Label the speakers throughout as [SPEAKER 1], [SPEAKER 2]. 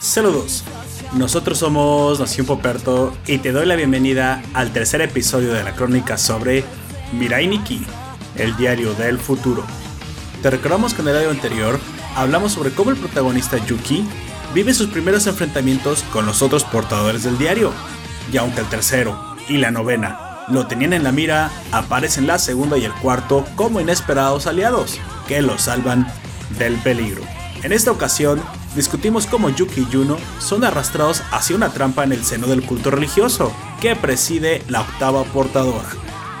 [SPEAKER 1] Saludos. Nosotros somos Nación Poperto y te doy la bienvenida al tercer episodio de la crónica sobre Mirai Nikki, el diario del futuro. Te recordamos que en el audio anterior hablamos sobre cómo el protagonista Yuki vive sus primeros enfrentamientos con los otros portadores del diario. Y aunque el tercero y la novena lo tenían en la mira, aparecen la segunda y el cuarto como inesperados aliados que lo salvan del peligro. En esta ocasión, discutimos cómo Yuki y Yuno son arrastrados hacia una trampa en el seno del culto religioso que preside la octava portadora,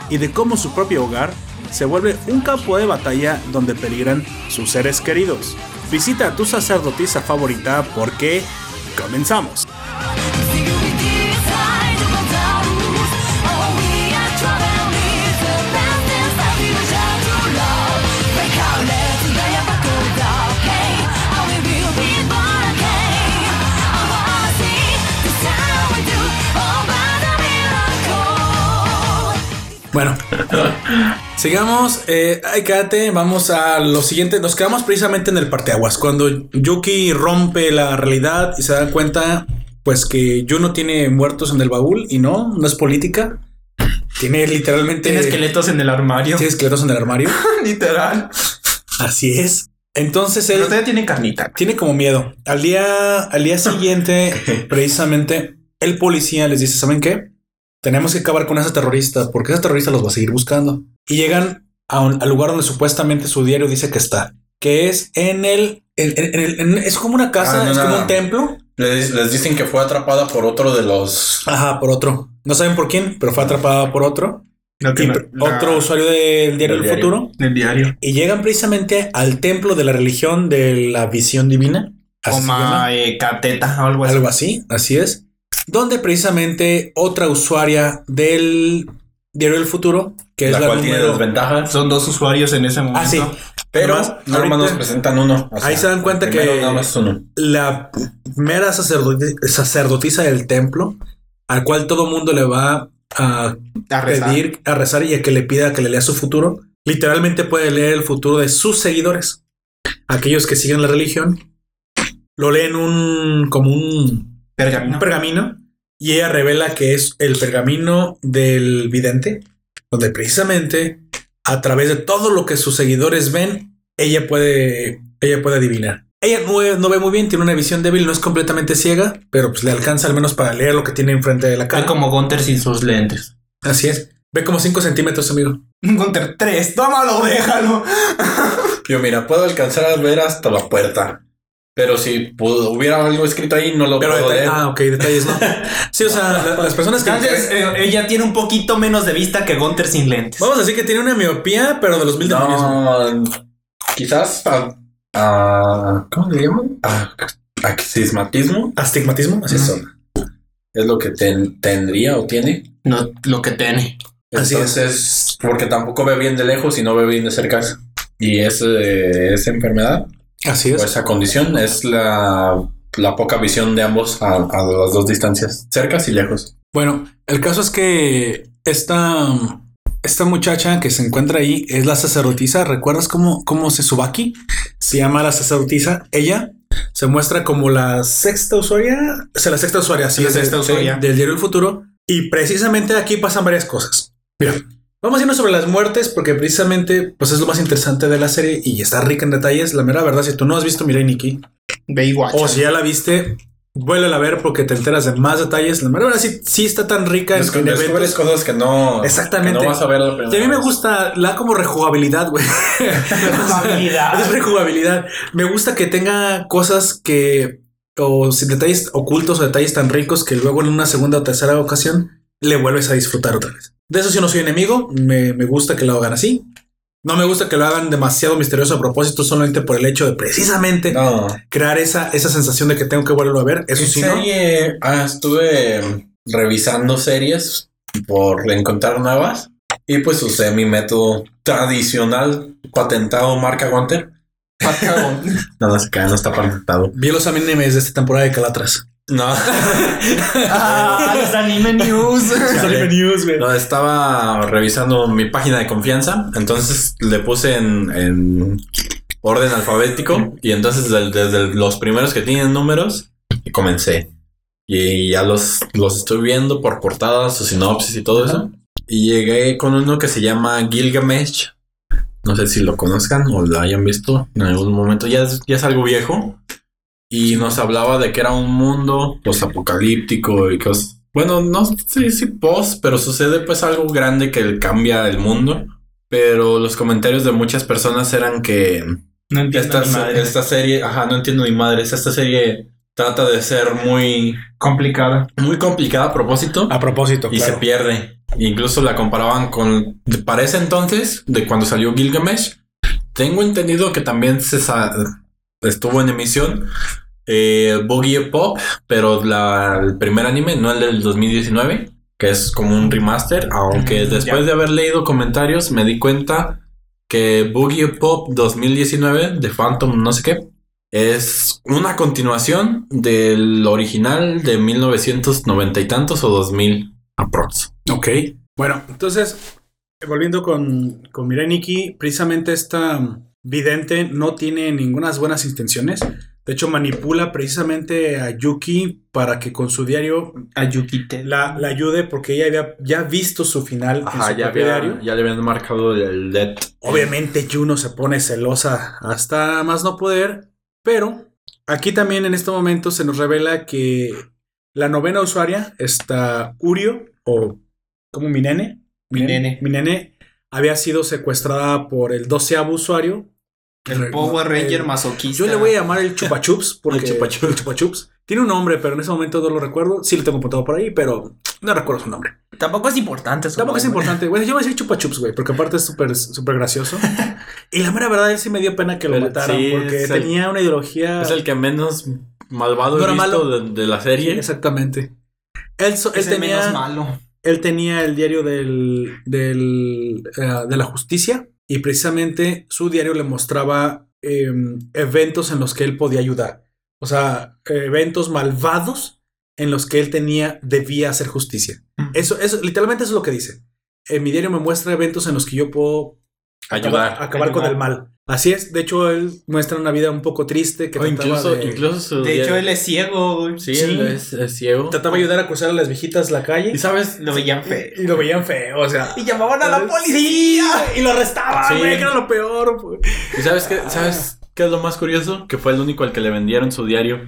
[SPEAKER 1] y de cómo su propio hogar se vuelve un campo de batalla donde peligran sus seres queridos. Visita a tu sacerdotisa favorita porque comenzamos.
[SPEAKER 2] Bueno, sigamos. Eh, ay, quédate. Vamos a lo siguiente. Nos quedamos precisamente en el parteaguas. Cuando Yuki rompe la realidad y se da cuenta, pues que Yuno tiene muertos en el baúl y no, no es política. Tiene literalmente.
[SPEAKER 3] Tiene esqueletos en el armario.
[SPEAKER 2] tiene esqueletos en el armario.
[SPEAKER 3] Literal.
[SPEAKER 2] Así es. Entonces él
[SPEAKER 3] Pero todavía tiene carnita.
[SPEAKER 2] tiene como miedo. Al día, al día siguiente, precisamente, el policía les dice, ¿saben qué? Tenemos que acabar con ese terrorista porque ese terrorista los va a seguir buscando. Y llegan a un- al lugar donde supuestamente su diario dice que está, que es en el... en- en- en el- en- es como una casa,
[SPEAKER 4] Ah, no,
[SPEAKER 2] es como
[SPEAKER 4] no.
[SPEAKER 2] un templo.
[SPEAKER 4] Les, les dicen que fue atrapada por otro de los.
[SPEAKER 2] Ajá, por otro. No saben por quién, pero fue atrapada por otro.
[SPEAKER 3] No
[SPEAKER 2] Y
[SPEAKER 3] tiene- la-
[SPEAKER 2] otro usuario del diario del
[SPEAKER 4] Del diario.
[SPEAKER 2] futuro.
[SPEAKER 3] del diario.
[SPEAKER 2] Y llegan precisamente al templo de la religión de la visión divina. Así se llama.
[SPEAKER 3] Oma eh, cateta o algo así.
[SPEAKER 2] Algo así, así es. Donde precisamente otra usuaria del Diario del Futuro, que
[SPEAKER 4] la
[SPEAKER 2] es la
[SPEAKER 4] cual tiene
[SPEAKER 2] número...
[SPEAKER 4] desventajas.
[SPEAKER 3] Son dos usuarios en ese momento.
[SPEAKER 2] Ah, sí.
[SPEAKER 4] Pero
[SPEAKER 2] Nomás,
[SPEAKER 4] nada más nos
[SPEAKER 2] ahorita-
[SPEAKER 4] presentan uno. O
[SPEAKER 2] Ahí se dan cuenta
[SPEAKER 4] primero
[SPEAKER 2] que-
[SPEAKER 4] Nada más uno.
[SPEAKER 2] la mera sacerdote- sacerdotisa del templo, al cual todo mundo le va a
[SPEAKER 3] A rezar.
[SPEAKER 2] pedir, a rezar y a que le pida que le lea su futuro, literalmente puede leer el futuro de sus seguidores. Aquellos que siguen la religión lo leen un como un, un
[SPEAKER 3] Pergamino.
[SPEAKER 2] pergamino y ella revela que es el pergamino del vidente, donde precisamente a través de todo lo que sus seguidores ven, ella puede ella puede adivinar. Ella no, ve- no ve muy bien, tiene una visión débil, no es completamente ciega, pero pues le alcanza al menos para leer lo que tiene enfrente de la
[SPEAKER 3] Hay
[SPEAKER 2] cara.
[SPEAKER 3] como Gunter sin sus lentes.
[SPEAKER 2] Así es. Ve como 5 centímetros, amigo.
[SPEAKER 3] Gunter 3. Tómalo, déjalo.
[SPEAKER 4] Yo, mira, puedo alcanzar a ver hasta la puerta. Pero si pudo- hubiera algo escrito ahí, no lo
[SPEAKER 2] Pero
[SPEAKER 4] puedo
[SPEAKER 2] detalle-
[SPEAKER 4] leer.
[SPEAKER 2] ah, ok, detalles no. Sí, o sea, la- las personas que.
[SPEAKER 3] Entonces, eh, ella tiene un poquito menos de vista que Gunter sin lentes.
[SPEAKER 2] Vamos a decir que tiene una miopía, pero de los mil demonios. güey.
[SPEAKER 4] no, quizás a. a- ¿Cómo le llaman? A, axismatismo.
[SPEAKER 2] Astigmatismo, así es.
[SPEAKER 4] Eso. Es lo que ten- tendría o tiene.
[SPEAKER 3] No, lo que tiene.
[SPEAKER 2] Así es.
[SPEAKER 4] Entonces, porque tampoco ve bien de lejos y no ve bien de cerca. Y ese- esa enfermedad
[SPEAKER 2] Así
[SPEAKER 4] o
[SPEAKER 2] es.
[SPEAKER 4] esa condición es la, la poca visión de ambos a, a las dos distancias, cercas y lejos.
[SPEAKER 2] Bueno, el caso es que esta, esta muchacha que se encuentra ahí es la sacerdotisa. ¿Recuerdas cómo, cómo se Subaki se llama la sacerdotisa? Ella se muestra como la sexta usuaria. O sea, la sexta usuaria, así
[SPEAKER 3] La
[SPEAKER 2] es,
[SPEAKER 3] sexta
[SPEAKER 2] de-
[SPEAKER 3] usuaria.
[SPEAKER 2] del diario El Futuro. Y precisamente aquí pasan varias cosas. Mira, vamos a irnos sobre las muertes porque precisamente pues es lo más interesante de la serie y está rica en detalles. La mera verdad, si tú no has visto Mirai Nikki,
[SPEAKER 3] Baywatch.
[SPEAKER 2] o si ya la viste, vuélvela a ver porque te enteras de más detalles. La verdad sí, sí está tan rica en,
[SPEAKER 4] Descu-
[SPEAKER 2] en
[SPEAKER 4] Descubres
[SPEAKER 2] eventos.
[SPEAKER 4] cosas que no,
[SPEAKER 2] Exactamente.
[SPEAKER 4] que no vas a ver la primera
[SPEAKER 2] Y a mí me
[SPEAKER 4] vez.
[SPEAKER 2] gusta la como rejugabilidad, güey.
[SPEAKER 3] Rejugabilidad.
[SPEAKER 2] es rejugabilidad. Me gusta que tenga cosas que... O sin detalles ocultos o detalles tan ricos que luego en una segunda o tercera ocasión le vuelves a disfrutar otra vez. De eso sí no soy enemigo. Me, me gusta que lo hagan así. No me gusta que lo hagan demasiado misterioso a propósito solamente por el hecho de precisamente
[SPEAKER 4] No.
[SPEAKER 2] crear esa, esa sensación de que tengo que volverlo a ver. Eso sí, no.
[SPEAKER 4] Serie- ah, estuve revisando series por encontrar nuevas y pues usé mi método tradicional patentado marca Gunter. No, no se cae, no está patentado.
[SPEAKER 2] Vi los animes de esta temporada de Calatras.
[SPEAKER 4] No.
[SPEAKER 3] Ah, los anime news.
[SPEAKER 4] Anime
[SPEAKER 2] news, güey.
[SPEAKER 4] No, estaba revisando mi página de confianza, entonces le puse en, en orden alfabético y entonces del- desde los primeros que tienen números y comencé. Y ya los, los estoy viendo por portadas, su sinopsis y todo eso. Y llegué con uno que se llama Gilgamesh. No sé si lo conozcan o lo hayan visto en algún momento. Ya es, ya es algo viejo. Y nos hablaba de que era un mundo post-apocalíptico y cosas. Bueno, no sé si post, pero sucede pues algo grande que cambia el mundo. Pero los comentarios de muchas personas eran que
[SPEAKER 3] No entiendo
[SPEAKER 4] esta,
[SPEAKER 3] mi madre.
[SPEAKER 4] esta serie, ajá, no entiendo ni madres. Esta serie trata de ser muy,
[SPEAKER 3] complicada.
[SPEAKER 4] muy complicada a propósito
[SPEAKER 3] Ah,
[SPEAKER 5] A propósito,
[SPEAKER 4] y
[SPEAKER 5] claro.
[SPEAKER 4] se pierde. Incluso la comparaban con, de- para ese entonces, de cuando salió Gilgamesh. Tengo entendido que también se sa- estuvo en emisión eh, Boogie Pop, pero la, el primer anime, no el del 2019, que es como un remaster. Aunque
[SPEAKER 3] Mm,
[SPEAKER 4] después
[SPEAKER 3] ya.
[SPEAKER 4] de haber leído comentarios, me di cuenta que Boogie Pop 2019 de Phantom, no sé qué, es una continuación del original de 1990 y tantos o 2000 aprox.
[SPEAKER 5] Ok.
[SPEAKER 2] Bueno, entonces, volviendo con, con Mirai Nikki, precisamente esta mm, vidente no tiene ningunas buenas intenciones. De hecho, manipula precisamente a Yuki para que con su diario
[SPEAKER 3] Ayukite.
[SPEAKER 2] la, la ayude porque ella había ya visto su final en su propio diario.
[SPEAKER 4] ya le habían marcado el LED.
[SPEAKER 2] Obviamente Juno se pone celosa hasta más no poder, pero aquí también en este momento se nos revela que la novena usuaria está Urio o como Minene.
[SPEAKER 3] Minene.
[SPEAKER 2] Minene había sido secuestrada por el doceavo usuario.
[SPEAKER 3] el Power Ranger masoquista.
[SPEAKER 2] Yo le voy a llamar el Chupa Chups porque
[SPEAKER 4] El Chupa
[SPEAKER 2] el Chupa Chups tiene un nombre, pero en ese momento no lo recuerdo. Sí lo tengo apuntado por ahí, pero no recuerdo su nombre.
[SPEAKER 3] Tampoco es importante. su
[SPEAKER 2] Tampoco es
[SPEAKER 3] nombre.
[SPEAKER 2] importante. Bueno, yo me decía chupa chups, güey, porque aparte es súper súper gracioso. y la mera verdad, él sí me dio pena que lo
[SPEAKER 4] Pero
[SPEAKER 2] mataran
[SPEAKER 4] sí,
[SPEAKER 2] porque
[SPEAKER 4] es el-
[SPEAKER 2] tenía una ideología.
[SPEAKER 4] Es el que menos malvado
[SPEAKER 2] No
[SPEAKER 4] he
[SPEAKER 2] era
[SPEAKER 4] visto
[SPEAKER 2] Ah. malo.
[SPEAKER 4] de, de la serie.
[SPEAKER 2] Exactamente. Él, so- él
[SPEAKER 3] Es el menos
[SPEAKER 2] tenía,
[SPEAKER 3] malo.
[SPEAKER 2] él tenía el diario del, del, eh, de la justicia y precisamente su diario le mostraba eh, eventos en los que él podía ayudar. O sea, eventos malvados en los que él tenía, debía hacer justicia. Eso, eso, literalmente eso es lo que dice. En mi diario me muestra eventos en los que yo puedo
[SPEAKER 4] Ayudar.
[SPEAKER 2] acabar, acabar con el mal. Así es. De hecho, él muestra una vida un poco triste que
[SPEAKER 4] O
[SPEAKER 2] trataba
[SPEAKER 4] incluso,
[SPEAKER 2] de,
[SPEAKER 4] incluso su
[SPEAKER 3] De
[SPEAKER 4] día-
[SPEAKER 3] hecho, él es ciego. güey.
[SPEAKER 4] sí,
[SPEAKER 2] sí.
[SPEAKER 4] él es, es ciego.
[SPEAKER 2] trataba de ayudar a cruzar a las viejitas la calle
[SPEAKER 4] Y sabes,
[SPEAKER 3] Lo veían feo.
[SPEAKER 2] y lo veían feo, o sea.
[SPEAKER 3] Y llamaban a la
[SPEAKER 2] Sí,
[SPEAKER 3] policía.
[SPEAKER 2] y lo arrestaban,
[SPEAKER 4] Sí.
[SPEAKER 2] güey, que era lo peor. güey.
[SPEAKER 4] y sabes que,
[SPEAKER 2] Ah.
[SPEAKER 4] sabes qué es lo más curioso, que fue el único al que le vendieron su diario.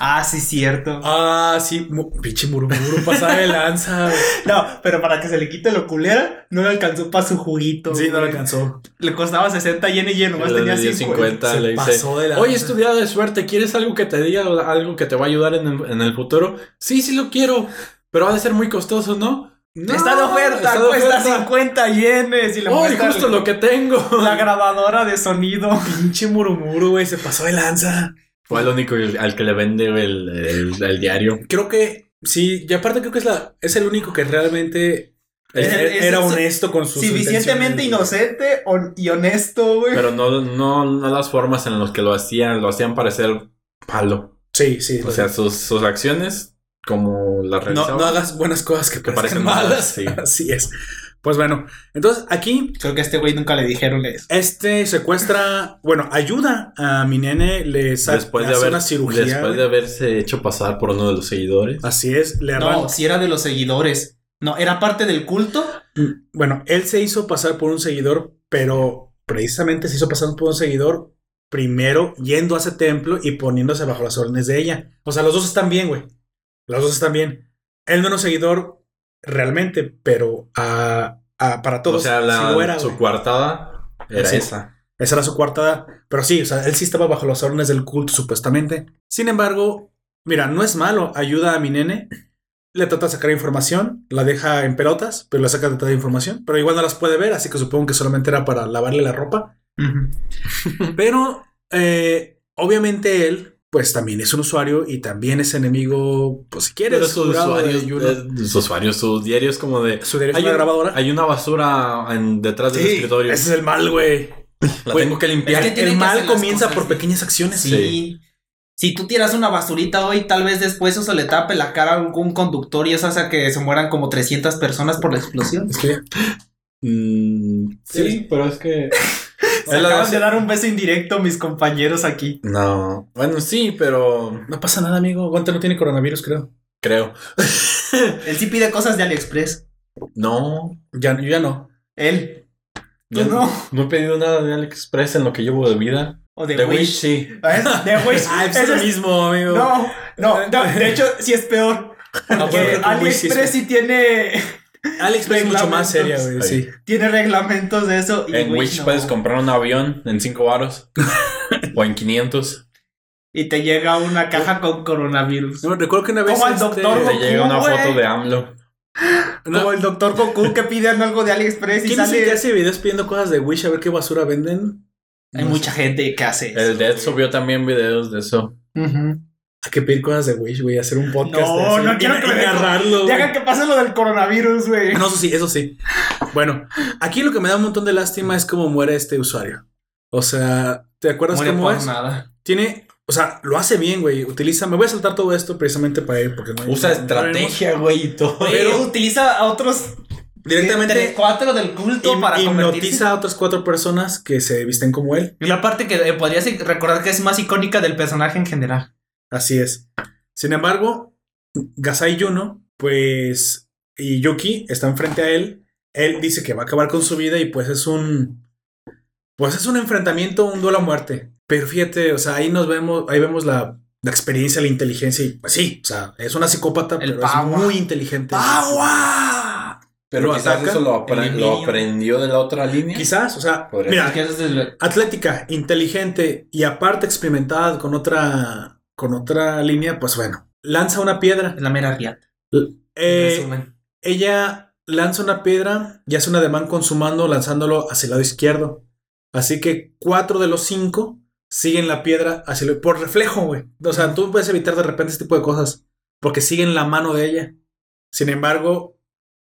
[SPEAKER 3] Ah, sí, cierto.
[SPEAKER 2] Ah, sí, mu- pinche murmuro, pasaba de lanza. güey.
[SPEAKER 3] No, pero para que se le quite lo culera, no le alcanzó para su juguito.
[SPEAKER 2] Sí, no lo
[SPEAKER 3] güey.
[SPEAKER 2] alcanzó.
[SPEAKER 3] Le costaba 60 yenes y él nomás
[SPEAKER 4] Le
[SPEAKER 3] tenía
[SPEAKER 4] dio
[SPEAKER 3] 50.
[SPEAKER 2] Se
[SPEAKER 4] le dice,
[SPEAKER 2] pasó de lanza.
[SPEAKER 4] Hoy estudiado de suerte, ¿quieres algo que te diga o algo que te va a ayudar en el, en el futuro? Sí, sí lo quiero, pero ha de ser muy costoso, ¿no? No,
[SPEAKER 3] está de oferta,
[SPEAKER 4] está de
[SPEAKER 3] cuesta
[SPEAKER 4] oferta.
[SPEAKER 3] 50 yenes. Y le
[SPEAKER 4] Hoy
[SPEAKER 3] muestra
[SPEAKER 4] justo
[SPEAKER 3] el-
[SPEAKER 4] lo que tengo.
[SPEAKER 3] la grabadora de sonido.
[SPEAKER 2] Pinche murmuro, güey, se pasó de lanza.
[SPEAKER 4] Fue el único al que le vende el, el- el diario.
[SPEAKER 2] Creo que sí, y aparte creo que es la es el único que realmente
[SPEAKER 3] Es
[SPEAKER 2] era-
[SPEAKER 3] el- es
[SPEAKER 2] era
[SPEAKER 3] el-
[SPEAKER 2] honesto con sus
[SPEAKER 3] Suficientemente
[SPEAKER 2] intenciones.
[SPEAKER 3] inocente o- y honesto, güey.
[SPEAKER 4] Pero no, no, no las formas en las que lo hacían, lo hacían parecer palo.
[SPEAKER 2] Sí, sí.
[SPEAKER 4] O sea, sus, sus acciones, como las
[SPEAKER 2] no,
[SPEAKER 4] realizaban.
[SPEAKER 2] no hagas buenas cosas que,
[SPEAKER 4] Que
[SPEAKER 2] parecen
[SPEAKER 4] parecen
[SPEAKER 2] malas.
[SPEAKER 4] malas, sí.
[SPEAKER 2] Así es. Pues bueno, entonces aquí
[SPEAKER 3] Creo que a este güey nunca le dijeron eso.
[SPEAKER 2] este secuestra, bueno, ayuda a mi nene, le sa-
[SPEAKER 4] después,
[SPEAKER 2] le
[SPEAKER 4] de
[SPEAKER 2] hace
[SPEAKER 4] haber,
[SPEAKER 2] una cirugía.
[SPEAKER 4] después de
[SPEAKER 2] güey.
[SPEAKER 4] haberse hecho pasar por uno de los seguidores.
[SPEAKER 2] Así es, le arranca.
[SPEAKER 3] No, si era de los seguidores. No, era parte del culto.
[SPEAKER 2] Bueno, él se hizo pasar por un seguidor, pero precisamente se hizo pasar por un seguidor primero yendo a ese templo y poniéndose bajo las órdenes de ella. O sea, los dos están bien, güey. Los dos están bien. Él no era un seguidor realmente, pero ah, ah, para todos
[SPEAKER 4] o sea, la-
[SPEAKER 2] sí lo era,
[SPEAKER 4] su
[SPEAKER 2] güey.
[SPEAKER 4] coartada era
[SPEAKER 2] Sí.
[SPEAKER 4] esa.
[SPEAKER 2] Esa era su cuarta. Pero sí, o sea, él sí estaba bajo las órdenes del culto, supuestamente. Sin embargo, mira, no es malo. Ayuda a mi nene. Le trata de sacar información. La deja en pelotas, pero le saca de toda la información. Pero igual no las puede ver, así que supongo que solamente era para lavarle la ropa. Pero eh, obviamente él, pues también es un usuario y también es enemigo, pues si quieres,
[SPEAKER 4] Pero sus
[SPEAKER 2] jurado de
[SPEAKER 4] usuarios,
[SPEAKER 2] Juno.
[SPEAKER 4] eh, sus usuarios, sus diarios como de...
[SPEAKER 2] Su derecho a
[SPEAKER 4] Hay,
[SPEAKER 2] la
[SPEAKER 4] un-
[SPEAKER 2] grabadora.
[SPEAKER 4] hay una basura en- detrás del
[SPEAKER 2] Sí,
[SPEAKER 4] escritorio.
[SPEAKER 2] ese es el mal, güey.
[SPEAKER 4] La
[SPEAKER 2] güey,
[SPEAKER 4] tengo que limpiar.
[SPEAKER 3] es que- tiene
[SPEAKER 2] El mal
[SPEAKER 3] hacer las
[SPEAKER 2] comienza
[SPEAKER 3] cosas
[SPEAKER 2] por
[SPEAKER 3] bien.
[SPEAKER 2] pequeñas acciones.
[SPEAKER 3] Sí.
[SPEAKER 4] Sí.
[SPEAKER 3] Si tú tiras una basurita hoy, tal vez después eso le tape la cara a algún conductor y eso hace que se mueran como 300 personas por la explosión.
[SPEAKER 2] Es que-
[SPEAKER 4] Mm, sí, pero es que...
[SPEAKER 3] Se
[SPEAKER 2] Es la
[SPEAKER 3] acaban
[SPEAKER 2] de-
[SPEAKER 3] de dar un beso indirecto mis compañeros aquí.
[SPEAKER 4] No. Bueno, sí, pero
[SPEAKER 2] No pasa nada, amigo. Gonte no tiene coronavirus, creo.
[SPEAKER 4] creo.
[SPEAKER 3] Él sí pide cosas de AliExpress.
[SPEAKER 4] No.
[SPEAKER 2] Ya, yo ya no.
[SPEAKER 3] Él. Yo
[SPEAKER 4] Yo
[SPEAKER 3] no.
[SPEAKER 4] No he pedido nada de AliExpress en lo que llevo de vida.
[SPEAKER 3] O de
[SPEAKER 4] De Wish,
[SPEAKER 3] Wish.
[SPEAKER 4] sí.
[SPEAKER 3] ¿Ves? De Wish.
[SPEAKER 2] Ah, pues es
[SPEAKER 3] Eso
[SPEAKER 2] lo
[SPEAKER 3] es-
[SPEAKER 2] mismo, amigo.
[SPEAKER 3] No, no, no, de hecho sí es peor. Porque
[SPEAKER 2] bueno, creo que Wish sí es
[SPEAKER 3] AliExpress sí tiene,
[SPEAKER 2] AliExpress es mucho más seria, güey.
[SPEAKER 4] Ahí.
[SPEAKER 2] Sí.
[SPEAKER 3] tiene reglamentos de eso. Y
[SPEAKER 4] En Wish
[SPEAKER 3] no.
[SPEAKER 4] puedes comprar un avión en 5 varos o en 500.
[SPEAKER 3] Y te llega una caja con coronavirus.
[SPEAKER 2] No, recuerdo que una vez. este,
[SPEAKER 3] Como al doctor,
[SPEAKER 4] Te
[SPEAKER 3] Goku,
[SPEAKER 4] llega una
[SPEAKER 3] güey.
[SPEAKER 4] foto de AMLO.
[SPEAKER 2] no,
[SPEAKER 3] Como el doctor Goku que piden algo de AliExpress y
[SPEAKER 2] ¿Quién es el que
[SPEAKER 3] sale.
[SPEAKER 2] hace videos pidiendo cosas de Wish a ver qué basura venden?
[SPEAKER 3] Hay
[SPEAKER 2] No
[SPEAKER 3] mucha gente que hace eso.
[SPEAKER 4] El Dead subió también videos de eso.
[SPEAKER 3] Ujú.
[SPEAKER 2] Hay que pedir cosas de Wish, güey, hacer un podcast.
[SPEAKER 3] No,
[SPEAKER 2] de eso
[SPEAKER 3] no
[SPEAKER 2] y-
[SPEAKER 3] quiero
[SPEAKER 2] y
[SPEAKER 3] que me den-
[SPEAKER 2] narrarlo.
[SPEAKER 3] Ya
[SPEAKER 2] güey.
[SPEAKER 3] hagan que pase lo del coronavirus, güey.
[SPEAKER 2] No, eso sí, eso sí. Bueno, aquí lo que me da un montón de lástima es cómo muere este usuario. O sea, ¿te acuerdas
[SPEAKER 3] Muere
[SPEAKER 2] cómo
[SPEAKER 3] por
[SPEAKER 2] es?
[SPEAKER 3] nada.
[SPEAKER 2] Tiene, o sea, lo hace bien, güey. Utiliza, me voy a saltar todo esto precisamente para ir porque no hay-
[SPEAKER 4] Usa
[SPEAKER 2] no- no
[SPEAKER 4] estrategia, güey, y todo.
[SPEAKER 3] Pero utiliza a otros
[SPEAKER 2] haremos- directamente
[SPEAKER 3] tres, cuatro del culto
[SPEAKER 2] hip-
[SPEAKER 3] para convertirse.
[SPEAKER 2] hipnotiza a otras cuatro personas que se visten como él.
[SPEAKER 3] Y la parte que eh, podrías recordar que es más icónica del personaje en general.
[SPEAKER 2] Así es. Sin embargo, Gasai Yuno, pues, y Yuki están frente a él. Él dice que va a acabar con su vida y pues es un, pues es un enfrentamiento, un duelo a muerte. Pero fíjate, o sea, ahí nos vemos, ahí vemos la, la experiencia, la inteligencia y pues sí, o sea, es una psicópata,
[SPEAKER 3] El
[SPEAKER 2] pero
[SPEAKER 3] Pawa.
[SPEAKER 2] es muy inteligente.
[SPEAKER 4] ¡Agua! Pero
[SPEAKER 2] Lo
[SPEAKER 4] quizás
[SPEAKER 2] ataca,
[SPEAKER 4] eso lo, apre-
[SPEAKER 3] el
[SPEAKER 4] lo
[SPEAKER 3] niño.
[SPEAKER 4] aprendió de la otra línea.
[SPEAKER 2] Quizás, o sea,
[SPEAKER 4] Podría
[SPEAKER 2] mira,
[SPEAKER 3] Así que ese es el-
[SPEAKER 2] atlética, inteligente y aparte experimentada con otra, con otra línea, pues bueno, lanza una piedra.
[SPEAKER 3] la mera riata. en
[SPEAKER 2] Eh,
[SPEAKER 3] resumen. Ah,
[SPEAKER 2] Ella lanza una piedra y hace un ademán con su mano lanzándolo hacia el lado izquierdo. Así que cuatro de los cinco siguen la piedra hacia el... por reflejo, güey. O sea, tú puedes evitar de repente este tipo de cosas porque siguen la mano de ella. Sin embargo,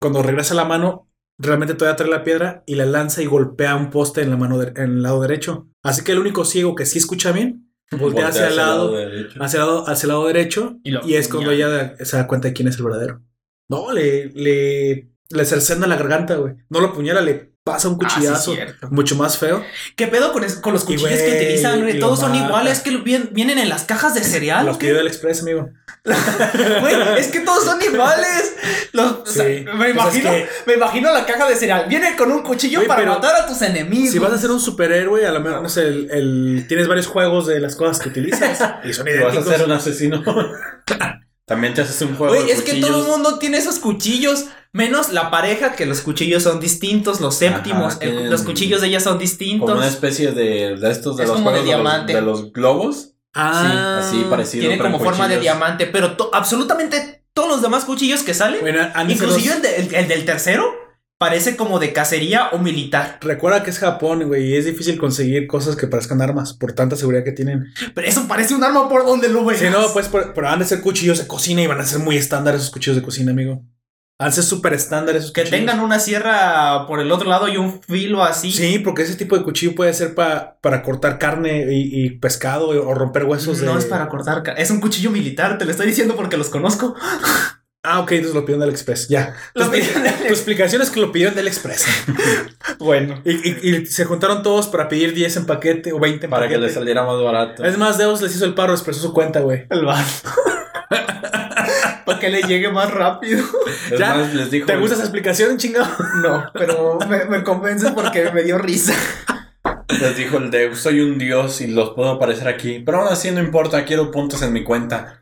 [SPEAKER 2] cuando regresa la mano, realmente todavía trae la piedra y la lanza y golpea un poste en la mano de- en el lado derecho. Así que el único ciego que sí escucha bien voltea hacia el lado,
[SPEAKER 4] derecho.
[SPEAKER 2] hacia el lado, hacia el lado derecho
[SPEAKER 3] Y lo-
[SPEAKER 2] y es cuando
[SPEAKER 3] ya.
[SPEAKER 2] ella se da cuenta de quién es el verdadero. No, le, le, le cercena la garganta, güey. No lo apuñala, le pasa un
[SPEAKER 3] Ah, sí,
[SPEAKER 2] cuchillazo.
[SPEAKER 3] cierto.
[SPEAKER 2] mucho más feo.
[SPEAKER 3] ¿Qué pedo con, es- con los
[SPEAKER 2] Y
[SPEAKER 3] cuchillos
[SPEAKER 2] güey,
[SPEAKER 3] que utilizan? güey?
[SPEAKER 2] y lo
[SPEAKER 3] Todos son
[SPEAKER 2] mata.
[SPEAKER 3] iguales, que lo- vien- vienen en las cajas de cereal.
[SPEAKER 2] Los
[SPEAKER 3] ¿o
[SPEAKER 2] que
[SPEAKER 3] qué?
[SPEAKER 2] dio del Express, amigo.
[SPEAKER 3] Güey, es que todos son iguales. Los, o sea,
[SPEAKER 2] Sí.
[SPEAKER 3] me,
[SPEAKER 2] Pues es
[SPEAKER 3] imagino,
[SPEAKER 2] que-
[SPEAKER 3] me imagino la caja de cereal. Viene con un cuchillo
[SPEAKER 2] Güey,
[SPEAKER 3] para
[SPEAKER 2] pero-
[SPEAKER 3] matar a tus enemigos.
[SPEAKER 2] Si vas a ser un superhéroe, a lo mejor, no sé, el, el- tienes varios juegos de las cosas que utilizas y son
[SPEAKER 4] Y vas a
[SPEAKER 2] idénticos.
[SPEAKER 4] ser un asesino. También te haces un juego
[SPEAKER 3] Güey,
[SPEAKER 4] de
[SPEAKER 3] es que todo el mundo tiene esos cuchillos, menos la pareja, que los cuchillos son distintos, los séptimos,
[SPEAKER 4] Ajá,
[SPEAKER 3] el-
[SPEAKER 4] tienen-
[SPEAKER 3] los cuchillos de ella son
[SPEAKER 4] Como una
[SPEAKER 3] distintos.
[SPEAKER 4] especie de, de estos de
[SPEAKER 3] Es
[SPEAKER 4] los
[SPEAKER 3] como de
[SPEAKER 4] juegos los-
[SPEAKER 3] diamante.
[SPEAKER 4] de los, globos.
[SPEAKER 2] Ah,
[SPEAKER 4] sí, así parecido.
[SPEAKER 3] Tiene
[SPEAKER 4] pero en
[SPEAKER 3] Mm, como forma de
[SPEAKER 4] cuchillos.
[SPEAKER 3] diamante, pero to- absolutamente todos los demás cuchillos que salen,
[SPEAKER 2] Bueno, han de ser
[SPEAKER 3] inclusive
[SPEAKER 2] los-
[SPEAKER 3] el, de- el- el del tercero, parece como de cacería o militar.
[SPEAKER 2] Recuerda que es Japón, güey, y es difícil conseguir cosas que parezcan armas por tanta seguridad que tienen.
[SPEAKER 3] Pero eso parece un arma por donde lo veas.
[SPEAKER 2] Si no, pues, por- pero han de ser cuchillos de cocina y van a ser muy estándar esos cuchillos de cocina, amigo. Han de ser súper estándar esos
[SPEAKER 3] Que
[SPEAKER 2] cuchillos.
[SPEAKER 3] tengan una sierra por el otro lado y un filo así.
[SPEAKER 2] Sí, porque ese tipo de cuchillo puede ser pa- para cortar carne y, y pescado o- o romper huesos. de-
[SPEAKER 3] No es para cortar, ca- es un cuchillo militar, te lo estoy diciendo porque los conozco.
[SPEAKER 2] Ah, ok, entonces lo pidieron del Express. Ya.
[SPEAKER 3] Lo
[SPEAKER 2] Tu-
[SPEAKER 3] pidieron del
[SPEAKER 2] tu explicación es que lo pidieron del Express.
[SPEAKER 3] Bueno.
[SPEAKER 2] y, y- y se juntaron todos para pedir 10 en paquete o 20 en
[SPEAKER 4] Para que
[SPEAKER 2] paquete.
[SPEAKER 4] le saliera más barato.
[SPEAKER 2] Es más, Deus les hizo el paro, expresó su cuenta, güey.
[SPEAKER 3] El bar. Para que le llegue más rápido.
[SPEAKER 4] Es
[SPEAKER 2] ya,
[SPEAKER 4] más, les dijo.
[SPEAKER 2] ¿Te gusta esa explicación, chingado?
[SPEAKER 3] No, pero me, me convences porque me dio risa.
[SPEAKER 4] Les dijo el Deus, soy un dios y los puedo aparecer aquí. Pero aún así no importa, quiero puntos en mi cuenta.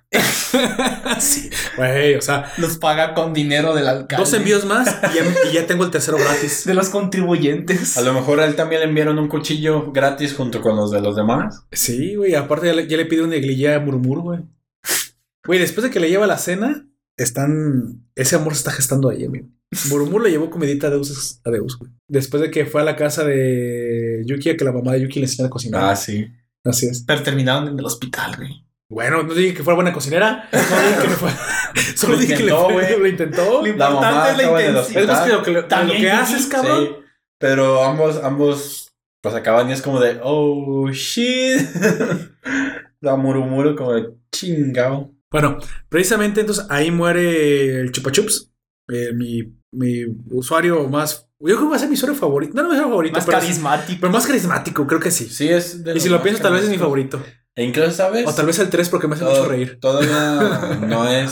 [SPEAKER 2] Güey, o sea,
[SPEAKER 3] Los paga con dinero del alcalde.
[SPEAKER 2] dos envíos más y ya, y ya tengo el tercero gratis.
[SPEAKER 3] De los contribuyentes.
[SPEAKER 4] A lo mejor a él también le enviaron un cuchillo gratis junto con los de los demás.
[SPEAKER 2] Sí, güey, aparte ya le, ya le pide una neglilla a Murmur, güey. Güey, después de que le lleva la cena, están. Ese amor se está gestando ahí, amigo. Murmur le llevó comidita a Deus, a Deus, güey. Después de que fue a la casa de Yuki, a que la mamá de Yuki le enseñara a cocinar.
[SPEAKER 4] Ah, sí.
[SPEAKER 2] Así es.
[SPEAKER 3] Pero terminaron en el hospital, güey.
[SPEAKER 2] Bueno, no dije que fuera buena cocinera. No dije que le fue. Solo
[SPEAKER 4] Lo
[SPEAKER 2] dije que le
[SPEAKER 4] intentó,
[SPEAKER 2] fue-
[SPEAKER 4] güey.
[SPEAKER 2] lo intentó.
[SPEAKER 3] Lo
[SPEAKER 4] La mamá
[SPEAKER 3] importante es
[SPEAKER 4] acaba
[SPEAKER 3] la
[SPEAKER 4] en el
[SPEAKER 3] intensidad.
[SPEAKER 2] Es más que lo que, lo
[SPEAKER 3] También
[SPEAKER 2] que
[SPEAKER 3] Yuki.
[SPEAKER 2] haces, cabrón.
[SPEAKER 4] Sí. Pero ambos, ambos, pues acaban y es como de, oh shit. La murmuro como de chingao.
[SPEAKER 2] Bueno, precisamente entonces ahí muere el Chupa Chups, eh, mi mi usuario más. Yo creo que va a ser mi usuario favorito. No, no mi usuario favorito,
[SPEAKER 3] Más
[SPEAKER 2] pero,
[SPEAKER 3] carismático.
[SPEAKER 2] pero más carismático, creo que sí.
[SPEAKER 4] Sí, es de
[SPEAKER 2] Y si
[SPEAKER 4] los
[SPEAKER 2] lo
[SPEAKER 4] más
[SPEAKER 2] pienso, tal vez es mi
[SPEAKER 4] carismáticos.
[SPEAKER 2] favorito.
[SPEAKER 4] E incluso, ¿sabes?
[SPEAKER 2] O tal vez el 3 porque me hace
[SPEAKER 4] Tod-
[SPEAKER 2] mucho reír.
[SPEAKER 4] Todavía no es.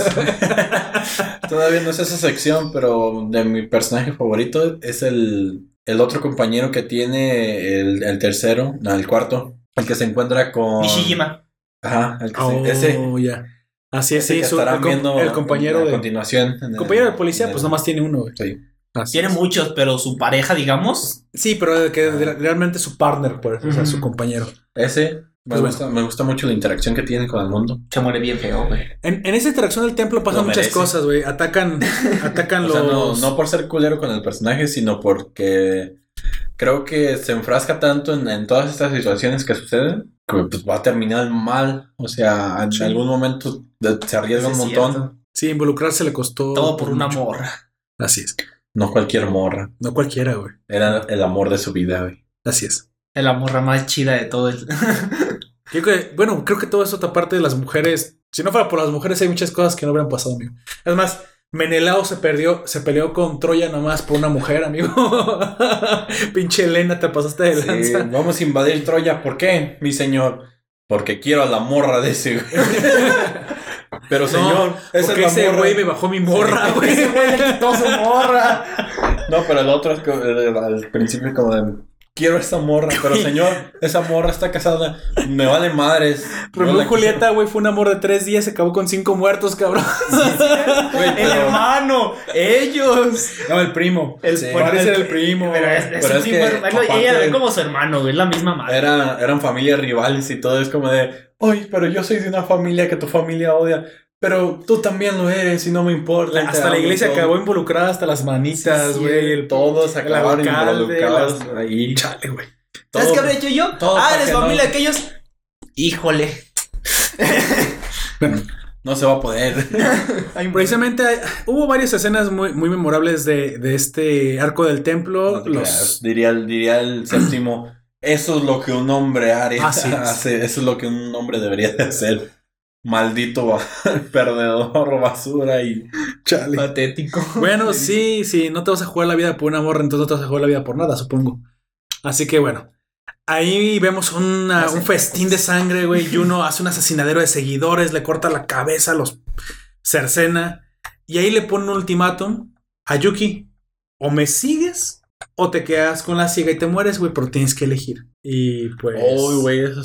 [SPEAKER 4] todavía no es esa sección, pero de mi personaje favorito es el, el otro compañero que tiene el, el tercero, no, el cuarto, el que se encuentra con.
[SPEAKER 3] Nishijima.
[SPEAKER 4] Ajá, el que se-
[SPEAKER 2] Oh,
[SPEAKER 4] ese.
[SPEAKER 2] ya. Así es,
[SPEAKER 4] ese
[SPEAKER 2] sí,
[SPEAKER 4] que
[SPEAKER 2] su- el,
[SPEAKER 4] estarán
[SPEAKER 2] com-
[SPEAKER 4] viendo
[SPEAKER 2] el compañero
[SPEAKER 4] a
[SPEAKER 2] de.
[SPEAKER 4] continuación. en el-
[SPEAKER 2] compañero de policía,
[SPEAKER 4] en el-
[SPEAKER 2] pues nomás tiene uno, güey.
[SPEAKER 4] Sí.
[SPEAKER 2] Así
[SPEAKER 3] Tiene
[SPEAKER 2] es.
[SPEAKER 3] muchos, pero su pareja, digamos.
[SPEAKER 2] Sí, pero que
[SPEAKER 4] Ah.
[SPEAKER 2] de- realmente su partner, pues, o sea,
[SPEAKER 3] Ujú.
[SPEAKER 2] su compañero.
[SPEAKER 4] Ese. Me,
[SPEAKER 2] Pues
[SPEAKER 4] gusta, me gusta mucho la interacción que tiene con el mundo.
[SPEAKER 3] Se muere bien feo, güey.
[SPEAKER 2] En, en esa interacción del templo pasan
[SPEAKER 4] Lo
[SPEAKER 2] muchas
[SPEAKER 4] merece.
[SPEAKER 2] cosas, güey. Atacan, atacan
[SPEAKER 4] O
[SPEAKER 2] los.
[SPEAKER 4] sea, no, no por ser culero con el personaje, sino porque creo que se enfrasca tanto en, en todas estas situaciones que suceden que pues, va a terminar mal. O sea, en
[SPEAKER 2] Sí.
[SPEAKER 4] algún momento de- se arriesga
[SPEAKER 3] Sí,
[SPEAKER 4] un
[SPEAKER 3] es
[SPEAKER 4] montón.
[SPEAKER 3] cierto.
[SPEAKER 2] Sí, involucrarse le costó.
[SPEAKER 3] Todo por una
[SPEAKER 2] mucho.
[SPEAKER 3] morra.
[SPEAKER 2] Así es.
[SPEAKER 4] No cualquier morra.
[SPEAKER 2] No cualquiera, güey.
[SPEAKER 4] Era el amor de su vida, güey.
[SPEAKER 2] Así es.
[SPEAKER 3] Es la morra más chida de todo el.
[SPEAKER 2] Yo creo que, bueno, creo que todo esto aparte de las mujeres. Si no fuera por las mujeres, hay muchas cosas que no hubieran pasado, amigo. Es más, Menelao se perdió, se peleó con Troya nomás por una mujer, amigo. Pinche Elena, te pasaste de
[SPEAKER 4] Sí,
[SPEAKER 2] lanza.
[SPEAKER 4] vamos a invadir Troya. ¿Por qué, mi señor? Porque quiero a la morra de ese güey. Pero señor, esa
[SPEAKER 2] Porque
[SPEAKER 4] es la
[SPEAKER 2] ese
[SPEAKER 4] morra.
[SPEAKER 2] güey me bajó mi morra, güey.
[SPEAKER 3] Ese güey le quitó su morra.
[SPEAKER 4] No, pero el otro es que eh, al principio como de quiero a esa morra, pero señor, esa morra está casada, me vale madres. No
[SPEAKER 2] Romeo y
[SPEAKER 4] la
[SPEAKER 2] Julieta, güey, fue un amor de tres días, se acabó con cinco muertos, cabrón.
[SPEAKER 4] quiero. Güey,
[SPEAKER 3] El
[SPEAKER 4] pero,
[SPEAKER 3] hermano, ellos.
[SPEAKER 2] No, el primo.
[SPEAKER 3] El,
[SPEAKER 4] Sí.
[SPEAKER 2] Bueno,
[SPEAKER 3] el-
[SPEAKER 2] ese era el primo.
[SPEAKER 3] Pero es, es
[SPEAKER 4] Pero
[SPEAKER 3] un
[SPEAKER 4] es
[SPEAKER 3] tipo
[SPEAKER 4] que,
[SPEAKER 3] hermano,
[SPEAKER 4] aparte-
[SPEAKER 3] Ella es como su hermano, güey. Es la misma madre.
[SPEAKER 4] era- eran familias rivales y todo es como de, "Ay, pero yo soy de una familia que tu familia odia, pero tú también lo eres y no me importa." te
[SPEAKER 2] Hasta la
[SPEAKER 4] amo y
[SPEAKER 2] iglesia
[SPEAKER 4] todo".
[SPEAKER 2] acabó involucrada hasta las manitas,
[SPEAKER 4] Sí,
[SPEAKER 2] güey. el
[SPEAKER 4] todos
[SPEAKER 2] el
[SPEAKER 4] acabaron
[SPEAKER 2] alcalde,
[SPEAKER 4] involucrados
[SPEAKER 2] las-
[SPEAKER 4] ahí.
[SPEAKER 2] Chale, güey.
[SPEAKER 3] ¿Sabes
[SPEAKER 4] Todo-
[SPEAKER 3] qué habría hecho yo?
[SPEAKER 4] todo
[SPEAKER 3] ah,
[SPEAKER 4] para
[SPEAKER 3] eres
[SPEAKER 4] que no-
[SPEAKER 3] familia de aquellos. Híjole.
[SPEAKER 4] No se va a poder.
[SPEAKER 2] Precisamente hay- hubo varias escenas muy, muy memorables de, de este arco del templo.
[SPEAKER 4] No te creas.
[SPEAKER 2] los,
[SPEAKER 4] diría, el- diría el séptimo. Eso es lo que un hombre haría.
[SPEAKER 2] Así es.
[SPEAKER 4] hace, eso es lo que un hombre debería de hacer. Maldito ba- perdedor, basura y. Chale.
[SPEAKER 3] Patético.
[SPEAKER 2] bueno, sí, sí, no te vas a jugar la vida por una morra, entonces no te vas a jugar la vida por nada, supongo. Así que bueno. Ahí vemos una-
[SPEAKER 3] Hacen
[SPEAKER 2] un festín de sangre, güey. Juno hace un asesinadero de seguidores, le corta la cabeza, los cercena. Y ahí le pone un ultimátum a Yuki. O me sigues o te quedas con la ciega y te mueres, güey, pero tienes que elegir. Y pues...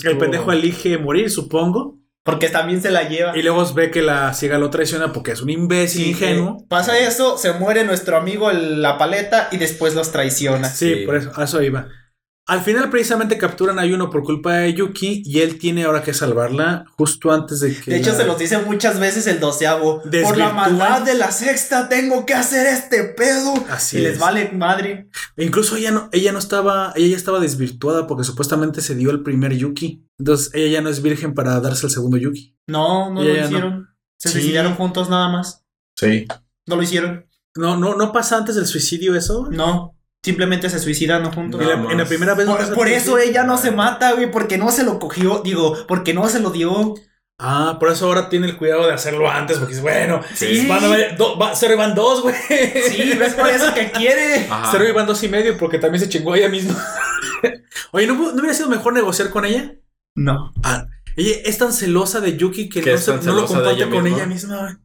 [SPEAKER 2] El pendejo elige morir, supongo.
[SPEAKER 3] Porque también se la lleva.
[SPEAKER 2] Y luego ve que la ciega lo traiciona porque es un imbécil
[SPEAKER 3] Sí,
[SPEAKER 2] ingenuo.
[SPEAKER 3] eh, Pasa eso, se muere nuestro amigo el- la paleta y después los traiciona.
[SPEAKER 2] Sí,
[SPEAKER 4] Sí.
[SPEAKER 2] por eso, a eso iba. Al final, precisamente capturan a Yuno por culpa de Yuki y él tiene ahora que salvarla justo antes de que.
[SPEAKER 3] De hecho,
[SPEAKER 2] la-
[SPEAKER 3] se los dice muchas veces el doceavo. Por la
[SPEAKER 2] Desvirtúan.
[SPEAKER 3] maldad de la sexta tengo que hacer este pedo.
[SPEAKER 2] Así
[SPEAKER 3] y les
[SPEAKER 2] es.
[SPEAKER 3] vale madre.
[SPEAKER 2] E incluso ella no, ella no estaba, ella ya estaba desvirtuada porque supuestamente se dio el primer Yuki. Entonces ella ya no es virgen para darse el segundo Yuki.
[SPEAKER 3] No, no
[SPEAKER 2] Ya, ya
[SPEAKER 3] lo
[SPEAKER 2] no.
[SPEAKER 3] hicieron. Se
[SPEAKER 2] Sí.
[SPEAKER 3] suicidaron juntos nada más.
[SPEAKER 4] Sí.
[SPEAKER 3] No lo hicieron.
[SPEAKER 2] No, no, no pasa antes del suicidio eso.
[SPEAKER 3] No. Simplemente se suicidaron juntos.
[SPEAKER 2] en,
[SPEAKER 4] No.
[SPEAKER 2] la, en la primera vez. no
[SPEAKER 3] Por,
[SPEAKER 2] pasa
[SPEAKER 3] por
[SPEAKER 2] antes del
[SPEAKER 3] eso
[SPEAKER 2] suicidio.
[SPEAKER 3] ella no se mata, güey. Porque no se lo cogió. Digo, porque no se lo dio.
[SPEAKER 2] Ah, por eso ahora tiene el cuidado de hacerlo antes porque es bueno.
[SPEAKER 3] Sí.
[SPEAKER 2] Van a ver, do- va- cero y van dos, güey.
[SPEAKER 3] Sí, es por eso que quiere.
[SPEAKER 4] Ajá.
[SPEAKER 2] Cero iban dos y medio porque también se chingó ella misma. Oye, ¿no, pu- no hubiera sido mejor negociar con ella?
[SPEAKER 3] No.
[SPEAKER 2] Ah, ella es tan celosa de Yuki que
[SPEAKER 4] Que
[SPEAKER 2] no,
[SPEAKER 4] es
[SPEAKER 2] se-
[SPEAKER 4] tan
[SPEAKER 2] no lo
[SPEAKER 4] celosa de
[SPEAKER 2] comparte
[SPEAKER 4] ella
[SPEAKER 2] con
[SPEAKER 4] misma.
[SPEAKER 2] ella misma. güey.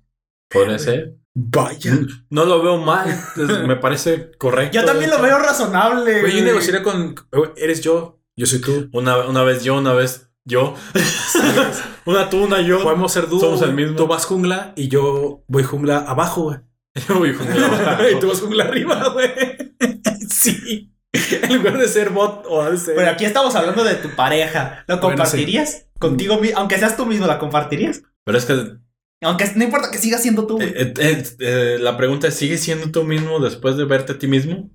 [SPEAKER 4] Podría ser.
[SPEAKER 2] Vaya.
[SPEAKER 4] No lo veo mal. es- Me parece correcto.
[SPEAKER 3] Yo también lo veo razonable.
[SPEAKER 2] Güey,
[SPEAKER 3] güey.
[SPEAKER 2] yo negociaría con. güey, Eres yo, yo soy tú.
[SPEAKER 4] Una, una vez yo, una vez yo. una tú, una yo.
[SPEAKER 2] Podemos ser dúo.
[SPEAKER 4] Somos el
[SPEAKER 2] güey.
[SPEAKER 4] mismo.
[SPEAKER 2] Tú vas jungla y yo voy jungla abajo, güey.
[SPEAKER 4] Uy, joder.
[SPEAKER 2] y tú vas jungla arriba, güey. sí. En lugar de ser bot o al ser.
[SPEAKER 3] Pero aquí estamos hablando de tu pareja. ¿Lo
[SPEAKER 2] Bueno,
[SPEAKER 3] compartirías? Contigo mi- aunque seas tú mismo, ¿la compartirías?
[SPEAKER 4] Pero es que
[SPEAKER 3] Aunque no importa que siga siendo tú. güey.
[SPEAKER 4] eh, eh, eh, la pregunta es: ¿sigues siendo tú mismo después de verte a ti mismo?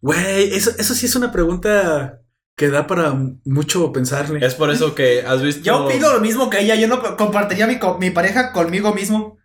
[SPEAKER 2] Güey, eso, eso sí es una pregunta que da para mucho pensarle.
[SPEAKER 4] Es por eso que has visto.
[SPEAKER 3] Yo opino lo mismo que ella. Yo no compartiría mi, co- mi pareja conmigo mismo.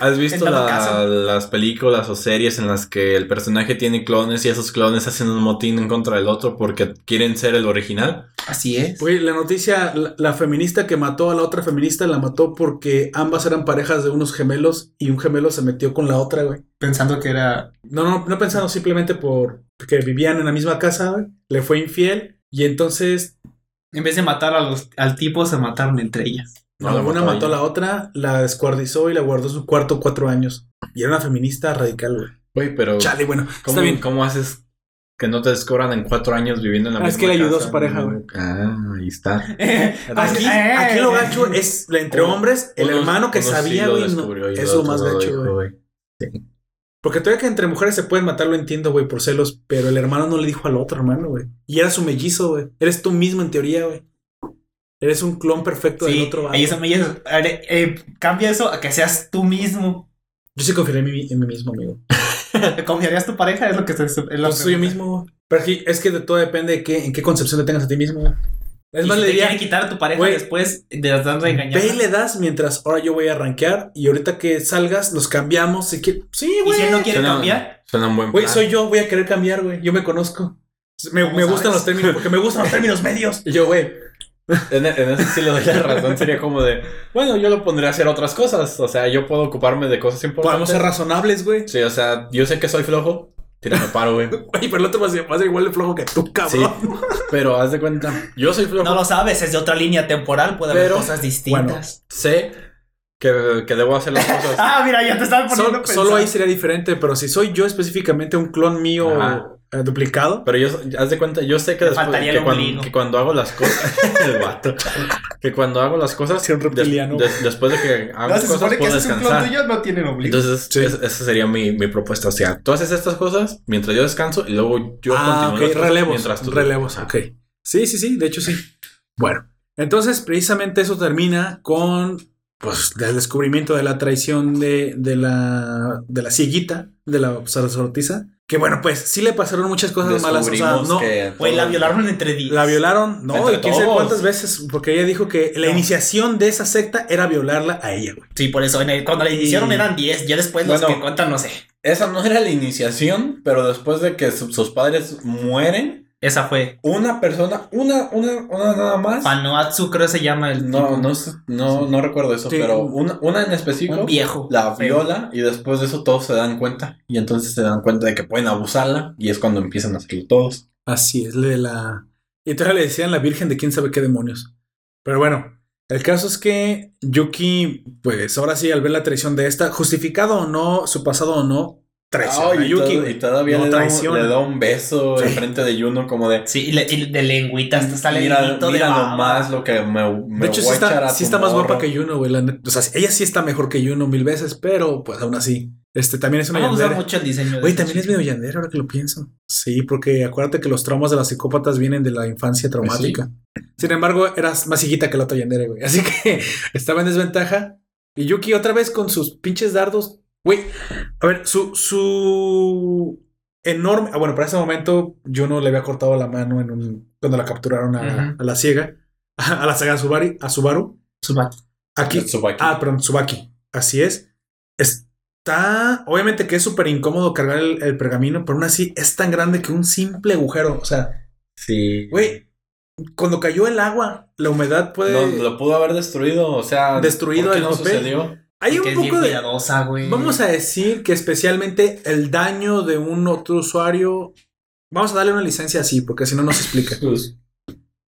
[SPEAKER 4] ¿Has visto
[SPEAKER 3] En todo
[SPEAKER 4] la-
[SPEAKER 3] caso.
[SPEAKER 4] las películas o series en las que el personaje tiene clones y esos clones hacen un motín en contra del otro porque quieren ser el original?
[SPEAKER 3] Así es.
[SPEAKER 2] Güey, la noticia, la, la feminista que mató a la otra feminista la mató porque ambas eran parejas de unos gemelos y un gemelo se metió con la otra, güey.
[SPEAKER 3] Pensando que era.
[SPEAKER 2] No, no, no pensando simplemente por que vivían en la misma casa, güey. Le fue infiel y entonces
[SPEAKER 3] En vez de matar a los, al tipo, se mataron entre ellas.
[SPEAKER 4] No,
[SPEAKER 2] la
[SPEAKER 4] la
[SPEAKER 2] una
[SPEAKER 4] mató
[SPEAKER 2] mató a
[SPEAKER 4] ella.
[SPEAKER 2] la otra, la descuartizó y la guardó en su cuarto cuatro años. Y era una feminista radical, güey.
[SPEAKER 4] Güey, pero
[SPEAKER 2] Chale, bueno,
[SPEAKER 4] ¿cómo,
[SPEAKER 2] está bien.
[SPEAKER 4] cómo haces que no te descubran en cuatro años viviendo en la
[SPEAKER 2] Ah,
[SPEAKER 4] misma
[SPEAKER 2] es que le ayudó a
[SPEAKER 4] casa?
[SPEAKER 2] su pareja, güey.
[SPEAKER 4] Ah, ahí está.
[SPEAKER 3] Eh,
[SPEAKER 2] Aquí, aquí lo gacho es la- entre
[SPEAKER 4] Uno-
[SPEAKER 2] hombres, el
[SPEAKER 4] Uno-
[SPEAKER 2] hermano que
[SPEAKER 4] uno
[SPEAKER 2] sabía,
[SPEAKER 4] sí lo
[SPEAKER 2] güey. no-
[SPEAKER 4] descubrió y el
[SPEAKER 2] eso
[SPEAKER 4] otro
[SPEAKER 2] más
[SPEAKER 4] no lo
[SPEAKER 2] gacho,
[SPEAKER 4] dijo,
[SPEAKER 2] güey. Porque todavía que entre mujeres se pueden matar, lo entiendo, güey, por celos, pero el hermano no le dijo al otro hermano, güey. Y era su mellizo, güey. Eres tú mismo en teoría, güey. Eres un clon perfecto
[SPEAKER 3] Sí,
[SPEAKER 2] del otro vato.
[SPEAKER 3] ahí son ellas. A ver, eh, cambia eso a que seas tú mismo.
[SPEAKER 2] Yo sí confiaré en mí, en mí mismo, amigo.
[SPEAKER 3] ¿Te ¿Confiarías tu pareja? Es lo que se. Es la
[SPEAKER 2] Yo soy Pues yo mismo, güey. Pero aquí es que de todo depende de qué, en qué concepción le tengas a ti mismo, güey. Es
[SPEAKER 3] Es
[SPEAKER 2] más,
[SPEAKER 3] más,
[SPEAKER 2] le
[SPEAKER 3] te
[SPEAKER 2] diría,
[SPEAKER 3] quieren quitar a tu pareja
[SPEAKER 2] güey,
[SPEAKER 3] después de las tantas engañadas.
[SPEAKER 2] ve y le das mientras ahora yo voy a rankear y ahorita que salgas los cambiamos. Si quie- Sí,
[SPEAKER 3] Y
[SPEAKER 2] güey.
[SPEAKER 3] si él no quiere
[SPEAKER 4] Suena-
[SPEAKER 3] cambiar,
[SPEAKER 4] Suena un buen
[SPEAKER 2] Güey,
[SPEAKER 4] plan.
[SPEAKER 2] soy yo, voy a querer cambiar, güey. Yo me conozco. Me, me
[SPEAKER 3] ¿Cómo
[SPEAKER 2] gustan
[SPEAKER 3] sabes?
[SPEAKER 2] los términos, porque me gustan los términos medios. Y yo, güey.
[SPEAKER 4] En, e, en eso sí le doy la razón. Sería como de, bueno, yo lo pondría a hacer otras cosas. O sea, yo puedo ocuparme de cosas
[SPEAKER 2] Podemos
[SPEAKER 4] importantes.
[SPEAKER 2] ser razonables, güey.
[SPEAKER 4] Sí, o sea, yo sé que soy flojo. Tírame paro, güey.
[SPEAKER 2] Oye, pero el otro va a ser, va a ser igual de flojo que tú,
[SPEAKER 4] Sí.
[SPEAKER 2] cabrón.
[SPEAKER 4] Pero haz de cuenta, yo soy flojo.
[SPEAKER 3] no lo sabes, es de otra línea temporal, puede haber
[SPEAKER 4] Pero,
[SPEAKER 3] cosas distintas.
[SPEAKER 4] Sé que, que debo hacer las cosas.
[SPEAKER 3] Ah, mira, ya te
[SPEAKER 2] Sol-
[SPEAKER 3] están poniendo a pensar.
[SPEAKER 2] solo ahí sería diferente, pero si soy yo específicamente un clon mío
[SPEAKER 4] Ajá.
[SPEAKER 2] eh, duplicado,
[SPEAKER 4] Pero yo, haz de cuenta, yo sé que
[SPEAKER 3] Le
[SPEAKER 4] después.
[SPEAKER 3] faltaría
[SPEAKER 4] Que
[SPEAKER 3] el
[SPEAKER 4] cuando,
[SPEAKER 3] ombligo.
[SPEAKER 4] que cuando hago las cosas. el vato. Que cuando hago las cosas.
[SPEAKER 2] Sí, un reptiliano.
[SPEAKER 4] des- después de que hago
[SPEAKER 3] No, se
[SPEAKER 4] cosas,
[SPEAKER 3] supone que ese
[SPEAKER 4] puedo
[SPEAKER 3] es un clon
[SPEAKER 4] descansar.
[SPEAKER 3] tuyo, no tienen obligo.
[SPEAKER 4] Entonces,
[SPEAKER 2] Sí.
[SPEAKER 4] es- esa sería mi, mi propuesta. O sea, tú haces estas cosas mientras yo descanso y luego yo
[SPEAKER 2] ah,
[SPEAKER 4] continúo
[SPEAKER 2] ok,
[SPEAKER 4] las cosas mientras
[SPEAKER 2] relevos,
[SPEAKER 4] tú.
[SPEAKER 2] relevos, ok. Sí, sí, sí, de hecho sí. Bueno, entonces precisamente eso termina con pues el descubrimiento de la traición de, de la de la cieguita, de la sarasortiza, que bueno, pues sí le pasaron muchas cosas malas, o sea,
[SPEAKER 4] Descubrimos
[SPEAKER 2] no
[SPEAKER 4] que
[SPEAKER 3] Güey,
[SPEAKER 4] todo-
[SPEAKER 3] la violaron entre días.
[SPEAKER 2] La violaron, no,
[SPEAKER 4] Entre
[SPEAKER 2] y quién sabe
[SPEAKER 4] todos.
[SPEAKER 2] cuántas veces, porque ella dijo que la
[SPEAKER 3] No.
[SPEAKER 2] iniciación de esa secta era violarla a ella, güey.
[SPEAKER 3] Sí, por eso, en el- cuando la iniciaron eran 10, ya después los
[SPEAKER 4] Bueno.
[SPEAKER 3] que cuentan, no sé.
[SPEAKER 4] Esa no era la iniciación, pero después de que su- sus padres mueren,
[SPEAKER 3] Esa fue.
[SPEAKER 4] una persona, una, una, una nada más.
[SPEAKER 3] Panoatsu creo se llama el
[SPEAKER 4] No,
[SPEAKER 3] tipo.
[SPEAKER 4] no, sé- no, no recuerdo eso,
[SPEAKER 2] Sí.
[SPEAKER 4] pero una, una en específico
[SPEAKER 3] un viejo.
[SPEAKER 4] la
[SPEAKER 3] Feo.
[SPEAKER 4] viola y después de eso todos se dan cuenta. Y entonces se dan cuenta de que pueden abusarla y es cuando empiezan a hacerlo todos.
[SPEAKER 2] Así es, de la. Y todavía le decían la virgen de quién sabe qué demonios. Pero bueno, el caso es que Yuki, pues ahora sí, al ver la traición de esta, justificado o no, su pasado o no, traiciona
[SPEAKER 4] Ay,
[SPEAKER 2] a
[SPEAKER 4] y,
[SPEAKER 2] Yuki.
[SPEAKER 4] todo-
[SPEAKER 2] güey.
[SPEAKER 4] y todavía
[SPEAKER 2] No
[SPEAKER 4] le, da un,
[SPEAKER 2] traiciona.
[SPEAKER 4] le da un beso
[SPEAKER 2] Sí.
[SPEAKER 4] enfrente de Juno como de...
[SPEAKER 3] Sí, y, le- y de lengüita hasta sale el
[SPEAKER 4] Mira,
[SPEAKER 3] hilito de
[SPEAKER 4] mira
[SPEAKER 3] baba.
[SPEAKER 4] nomás lo que me, me
[SPEAKER 2] de hecho, sí
[SPEAKER 4] voy a echar
[SPEAKER 2] está,
[SPEAKER 4] a
[SPEAKER 2] sí
[SPEAKER 4] tu
[SPEAKER 2] está más guapa
[SPEAKER 4] morro".
[SPEAKER 2] que Yuno, güey. la neta. O sea, ella sí está mejor que Yuno mil veces, pero pues aún así. Este también es
[SPEAKER 3] No
[SPEAKER 2] una
[SPEAKER 3] me gusta
[SPEAKER 2] yandere.
[SPEAKER 3] mucho el diseño. de
[SPEAKER 2] Güey,
[SPEAKER 3] esta
[SPEAKER 2] también es
[SPEAKER 3] chica.
[SPEAKER 2] medio yandere ahora que lo pienso. Sí, porque acuérdate que los traumas de las psicópatas vienen de la infancia traumática. Sin embargo, eras más hijita que la otra yandere, güey. Así que estaba en desventaja. Y Yuki otra vez con sus pinches dardos. Güey, a ver, su, su enorme... Ah, bueno, para ese momento yo no le había cortado la mano en un... cuando la capturaron a,
[SPEAKER 3] Ajá.
[SPEAKER 2] a la ciega, a la saga Subaru. A Subaru.
[SPEAKER 3] Tsubaki.
[SPEAKER 2] Aquí,
[SPEAKER 4] Tsubaki.
[SPEAKER 2] Ah, perdón, Tsubaki. Así es. Está. Obviamente que es súper incómodo cargar el, el pergamino, pero aún así es tan grande que un simple agujero. O sea,
[SPEAKER 4] Sí.
[SPEAKER 2] güey, cuando cayó el agua, la humedad puede.
[SPEAKER 4] Lo, lo pudo haber destruido, o sea...
[SPEAKER 2] Destruido
[SPEAKER 4] ¿por qué
[SPEAKER 2] el
[SPEAKER 4] no
[SPEAKER 2] papel.
[SPEAKER 4] sucedió?
[SPEAKER 2] Hay
[SPEAKER 3] Que
[SPEAKER 2] un
[SPEAKER 3] es bien
[SPEAKER 2] poco de.
[SPEAKER 3] cuidadosa, güey.
[SPEAKER 2] Vamos a decir que especialmente el daño de un otro usuario. Vamos a darle una licencia así, porque si no, no se explica.
[SPEAKER 4] Pues,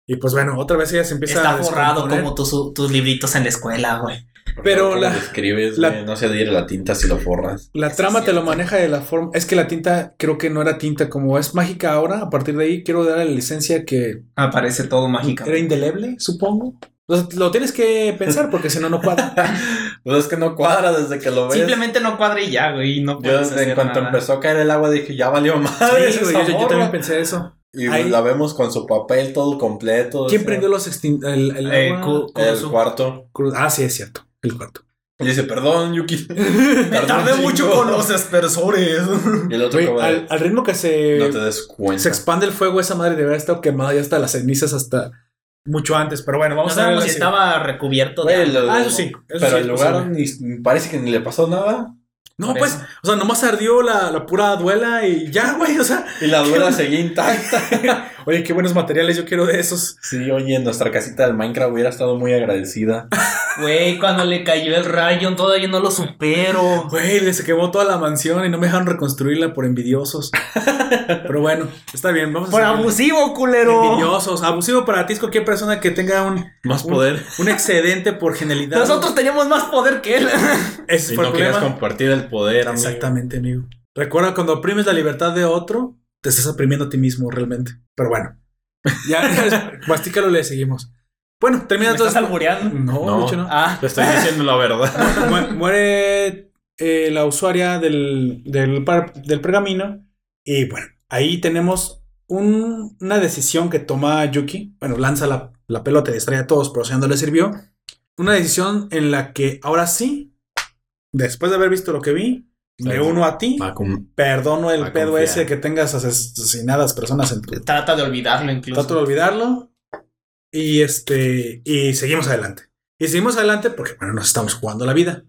[SPEAKER 2] Y pues bueno, otra vez ella se empieza
[SPEAKER 3] Está
[SPEAKER 2] a
[SPEAKER 3] forrado
[SPEAKER 2] descomponer.
[SPEAKER 3] como tus, tus libritos en la escuela, güey.
[SPEAKER 2] Pero
[SPEAKER 4] ¿cómo
[SPEAKER 2] la-
[SPEAKER 4] lo escribes,
[SPEAKER 2] la-
[SPEAKER 4] güey? no se adhiere la tinta si lo forras.
[SPEAKER 2] La
[SPEAKER 3] Eso es
[SPEAKER 2] trama te lo
[SPEAKER 3] cierto.
[SPEAKER 2] maneja de la forma. Es que la tinta creo que no era tinta, como es mágica ahora. A partir de ahí quiero darle la licencia que
[SPEAKER 3] Aparece todo mágico.
[SPEAKER 2] era indeleble, supongo. Lo, lo tienes que pensar porque si no, no cuadra.
[SPEAKER 4] Pues es que no cuadra desde que lo ves.
[SPEAKER 3] Simplemente no cuadra y ya, güey. No
[SPEAKER 4] Yo
[SPEAKER 3] puedes
[SPEAKER 4] en
[SPEAKER 3] hacer
[SPEAKER 4] cuanto
[SPEAKER 3] nada.
[SPEAKER 4] empezó a caer el agua dije, ya valió madre.
[SPEAKER 2] Sí,
[SPEAKER 4] esa
[SPEAKER 2] güey, yo, yo
[SPEAKER 4] morra".
[SPEAKER 2] también pensé eso.
[SPEAKER 4] Y
[SPEAKER 2] Ahí-
[SPEAKER 4] la vemos con su papel todo completo. o
[SPEAKER 2] ¿Quién
[SPEAKER 4] sea, eh.
[SPEAKER 2] prendió los extin- el, el
[SPEAKER 3] Eh,
[SPEAKER 2] agua?
[SPEAKER 3] cu-
[SPEAKER 4] el
[SPEAKER 3] Kuzu.
[SPEAKER 4] cuarto?
[SPEAKER 2] Cruz- Ah, sí, es cierto. El cuarto.
[SPEAKER 4] Y dice, perdón, Yuki.
[SPEAKER 3] Me tardé mucho con los aspersores.
[SPEAKER 4] Y el otro
[SPEAKER 2] Güey,
[SPEAKER 4] como de,
[SPEAKER 2] al, al ritmo que se,
[SPEAKER 4] no te des cuenta.
[SPEAKER 2] se expande el fuego, esa madre debe haber estado quemada ya hasta las cenizas, hasta mucho antes, pero bueno,
[SPEAKER 6] No
[SPEAKER 2] vamos a ver.
[SPEAKER 6] sabemos
[SPEAKER 2] la
[SPEAKER 6] si
[SPEAKER 2] siguiente.
[SPEAKER 6] estaba recubierto de.
[SPEAKER 7] Güey,
[SPEAKER 6] agua.
[SPEAKER 7] lo-
[SPEAKER 2] Ah, eso sí. eso
[SPEAKER 7] pero
[SPEAKER 2] sí
[SPEAKER 7] el
[SPEAKER 2] es
[SPEAKER 7] lugar
[SPEAKER 2] posible.
[SPEAKER 7] ni- parece que ni le pasó nada.
[SPEAKER 2] No,
[SPEAKER 6] Por
[SPEAKER 2] pues,
[SPEAKER 6] eso.
[SPEAKER 2] o sea, nomás ardió la, la pura duela y ya, güey, o sea.
[SPEAKER 7] Y la duela seguía intacta.
[SPEAKER 2] Oye, qué buenos materiales, yo quiero de esos.
[SPEAKER 7] sí, oye, nuestra casita del Minecraft hubiera estado muy agradecida.
[SPEAKER 6] Güey, cuando le cayó el rayo, todavía no lo supero.
[SPEAKER 2] Güey, les quemó toda la mansión y no me dejaron reconstruirla por envidiosos. pero bueno, está bien, vamos a
[SPEAKER 6] Por
[SPEAKER 2] seguir.
[SPEAKER 6] abusivo, culero.
[SPEAKER 2] Envidiosos, abusivo para ti es cualquier persona que tenga un,
[SPEAKER 4] Más
[SPEAKER 2] Un-
[SPEAKER 4] poder.
[SPEAKER 2] un excedente por genialidad.
[SPEAKER 6] Nosotros teníamos más poder que él.
[SPEAKER 2] Ese
[SPEAKER 4] Si
[SPEAKER 2] fue
[SPEAKER 4] no
[SPEAKER 2] el
[SPEAKER 4] querías
[SPEAKER 2] problema.
[SPEAKER 4] compartir el poder, amigo.
[SPEAKER 2] Exactamente, amigo. Recuerda, cuando oprimes la libertad de otro, te estás oprimiendo a ti mismo realmente. Pero bueno, ya, mastícalo y le seguimos. Bueno,
[SPEAKER 6] ¿Me
[SPEAKER 2] termina todo.
[SPEAKER 6] estás albureando?
[SPEAKER 2] No,
[SPEAKER 4] No.
[SPEAKER 2] de hecho no.
[SPEAKER 6] Ah,
[SPEAKER 4] Te estoy diciendo la verdad.
[SPEAKER 2] Mu- Muere eh, la usuaria del, del, par- del pergamino. Y bueno, ahí tenemos un- una decisión que toma Yuki. Bueno, lanza la, la pelota y distrae a todos, pero si no le sirvió. Una decisión en la que ahora sí, después de haber visto lo que vi, me
[SPEAKER 4] Sí.
[SPEAKER 2] uno a ti,
[SPEAKER 4] Va con-
[SPEAKER 2] perdono el
[SPEAKER 4] a
[SPEAKER 2] pedo
[SPEAKER 4] confiar.
[SPEAKER 2] ese que tengas ases- asesinadas personas en tu.
[SPEAKER 6] trata de olvidarlo incluso.
[SPEAKER 2] Trato de olvidarlo. Y este. Y seguimos adelante. Y seguimos adelante porque, bueno, nos estamos jugando la vida.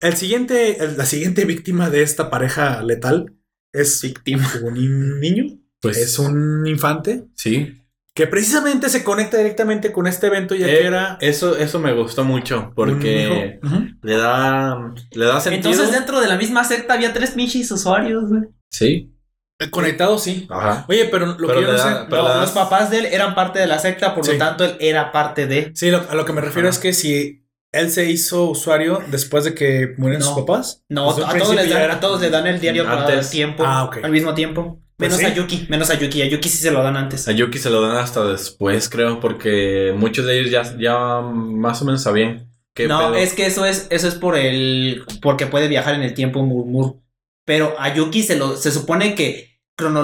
[SPEAKER 2] El siguiente, el- la siguiente víctima de esta pareja letal es
[SPEAKER 6] Víctima.
[SPEAKER 2] un ni- niño.
[SPEAKER 4] Pues
[SPEAKER 2] es un infante
[SPEAKER 4] sí.
[SPEAKER 2] que precisamente se conecta directamente con este evento, ya
[SPEAKER 4] Eh,
[SPEAKER 2] que era.
[SPEAKER 4] Eso, eso me gustó mucho
[SPEAKER 2] un
[SPEAKER 4] porque
[SPEAKER 2] hijo. Ujú.
[SPEAKER 4] le da, le da sentido.
[SPEAKER 3] Entonces, dentro de la misma secta había tres pinches usuarios, güey.
[SPEAKER 4] Sí.
[SPEAKER 2] Eh, Conectado, sí.
[SPEAKER 4] Ajá.
[SPEAKER 2] Oye, pero lo
[SPEAKER 4] Pero
[SPEAKER 2] que yo no
[SPEAKER 4] le da-
[SPEAKER 2] sé.
[SPEAKER 4] pero
[SPEAKER 2] no,
[SPEAKER 4] le da-
[SPEAKER 2] no
[SPEAKER 3] Los
[SPEAKER 2] es-
[SPEAKER 3] papás de él eran parte de la secta, por
[SPEAKER 2] Sí.
[SPEAKER 3] lo tanto, él era parte de.
[SPEAKER 2] sí, lo- a lo que me refiero es que si él se hizo usuario después de que murieron
[SPEAKER 3] No.
[SPEAKER 2] sus papás.
[SPEAKER 3] No,
[SPEAKER 2] Desde Pues, un
[SPEAKER 3] a, todos les
[SPEAKER 2] principio
[SPEAKER 3] dan,
[SPEAKER 2] ya era-
[SPEAKER 3] a todos les dan el diario
[SPEAKER 4] Antes.
[SPEAKER 3] al tiempo,
[SPEAKER 2] Ah, ok.
[SPEAKER 3] al mismo tiempo.
[SPEAKER 2] Pues
[SPEAKER 3] Menos
[SPEAKER 2] sí.
[SPEAKER 3] a Yuki, menos a Yuki. A Yuki sí se lo dan antes.
[SPEAKER 4] A Yuki se lo dan hasta después, creo, porque muchos de ellos ya, ya más o menos sabían. qué
[SPEAKER 3] No,
[SPEAKER 4] pedo.
[SPEAKER 3] es que eso es, eso es por el. porque puede viajar en el tiempo murmur. Pero a Yuki se lo, se supone que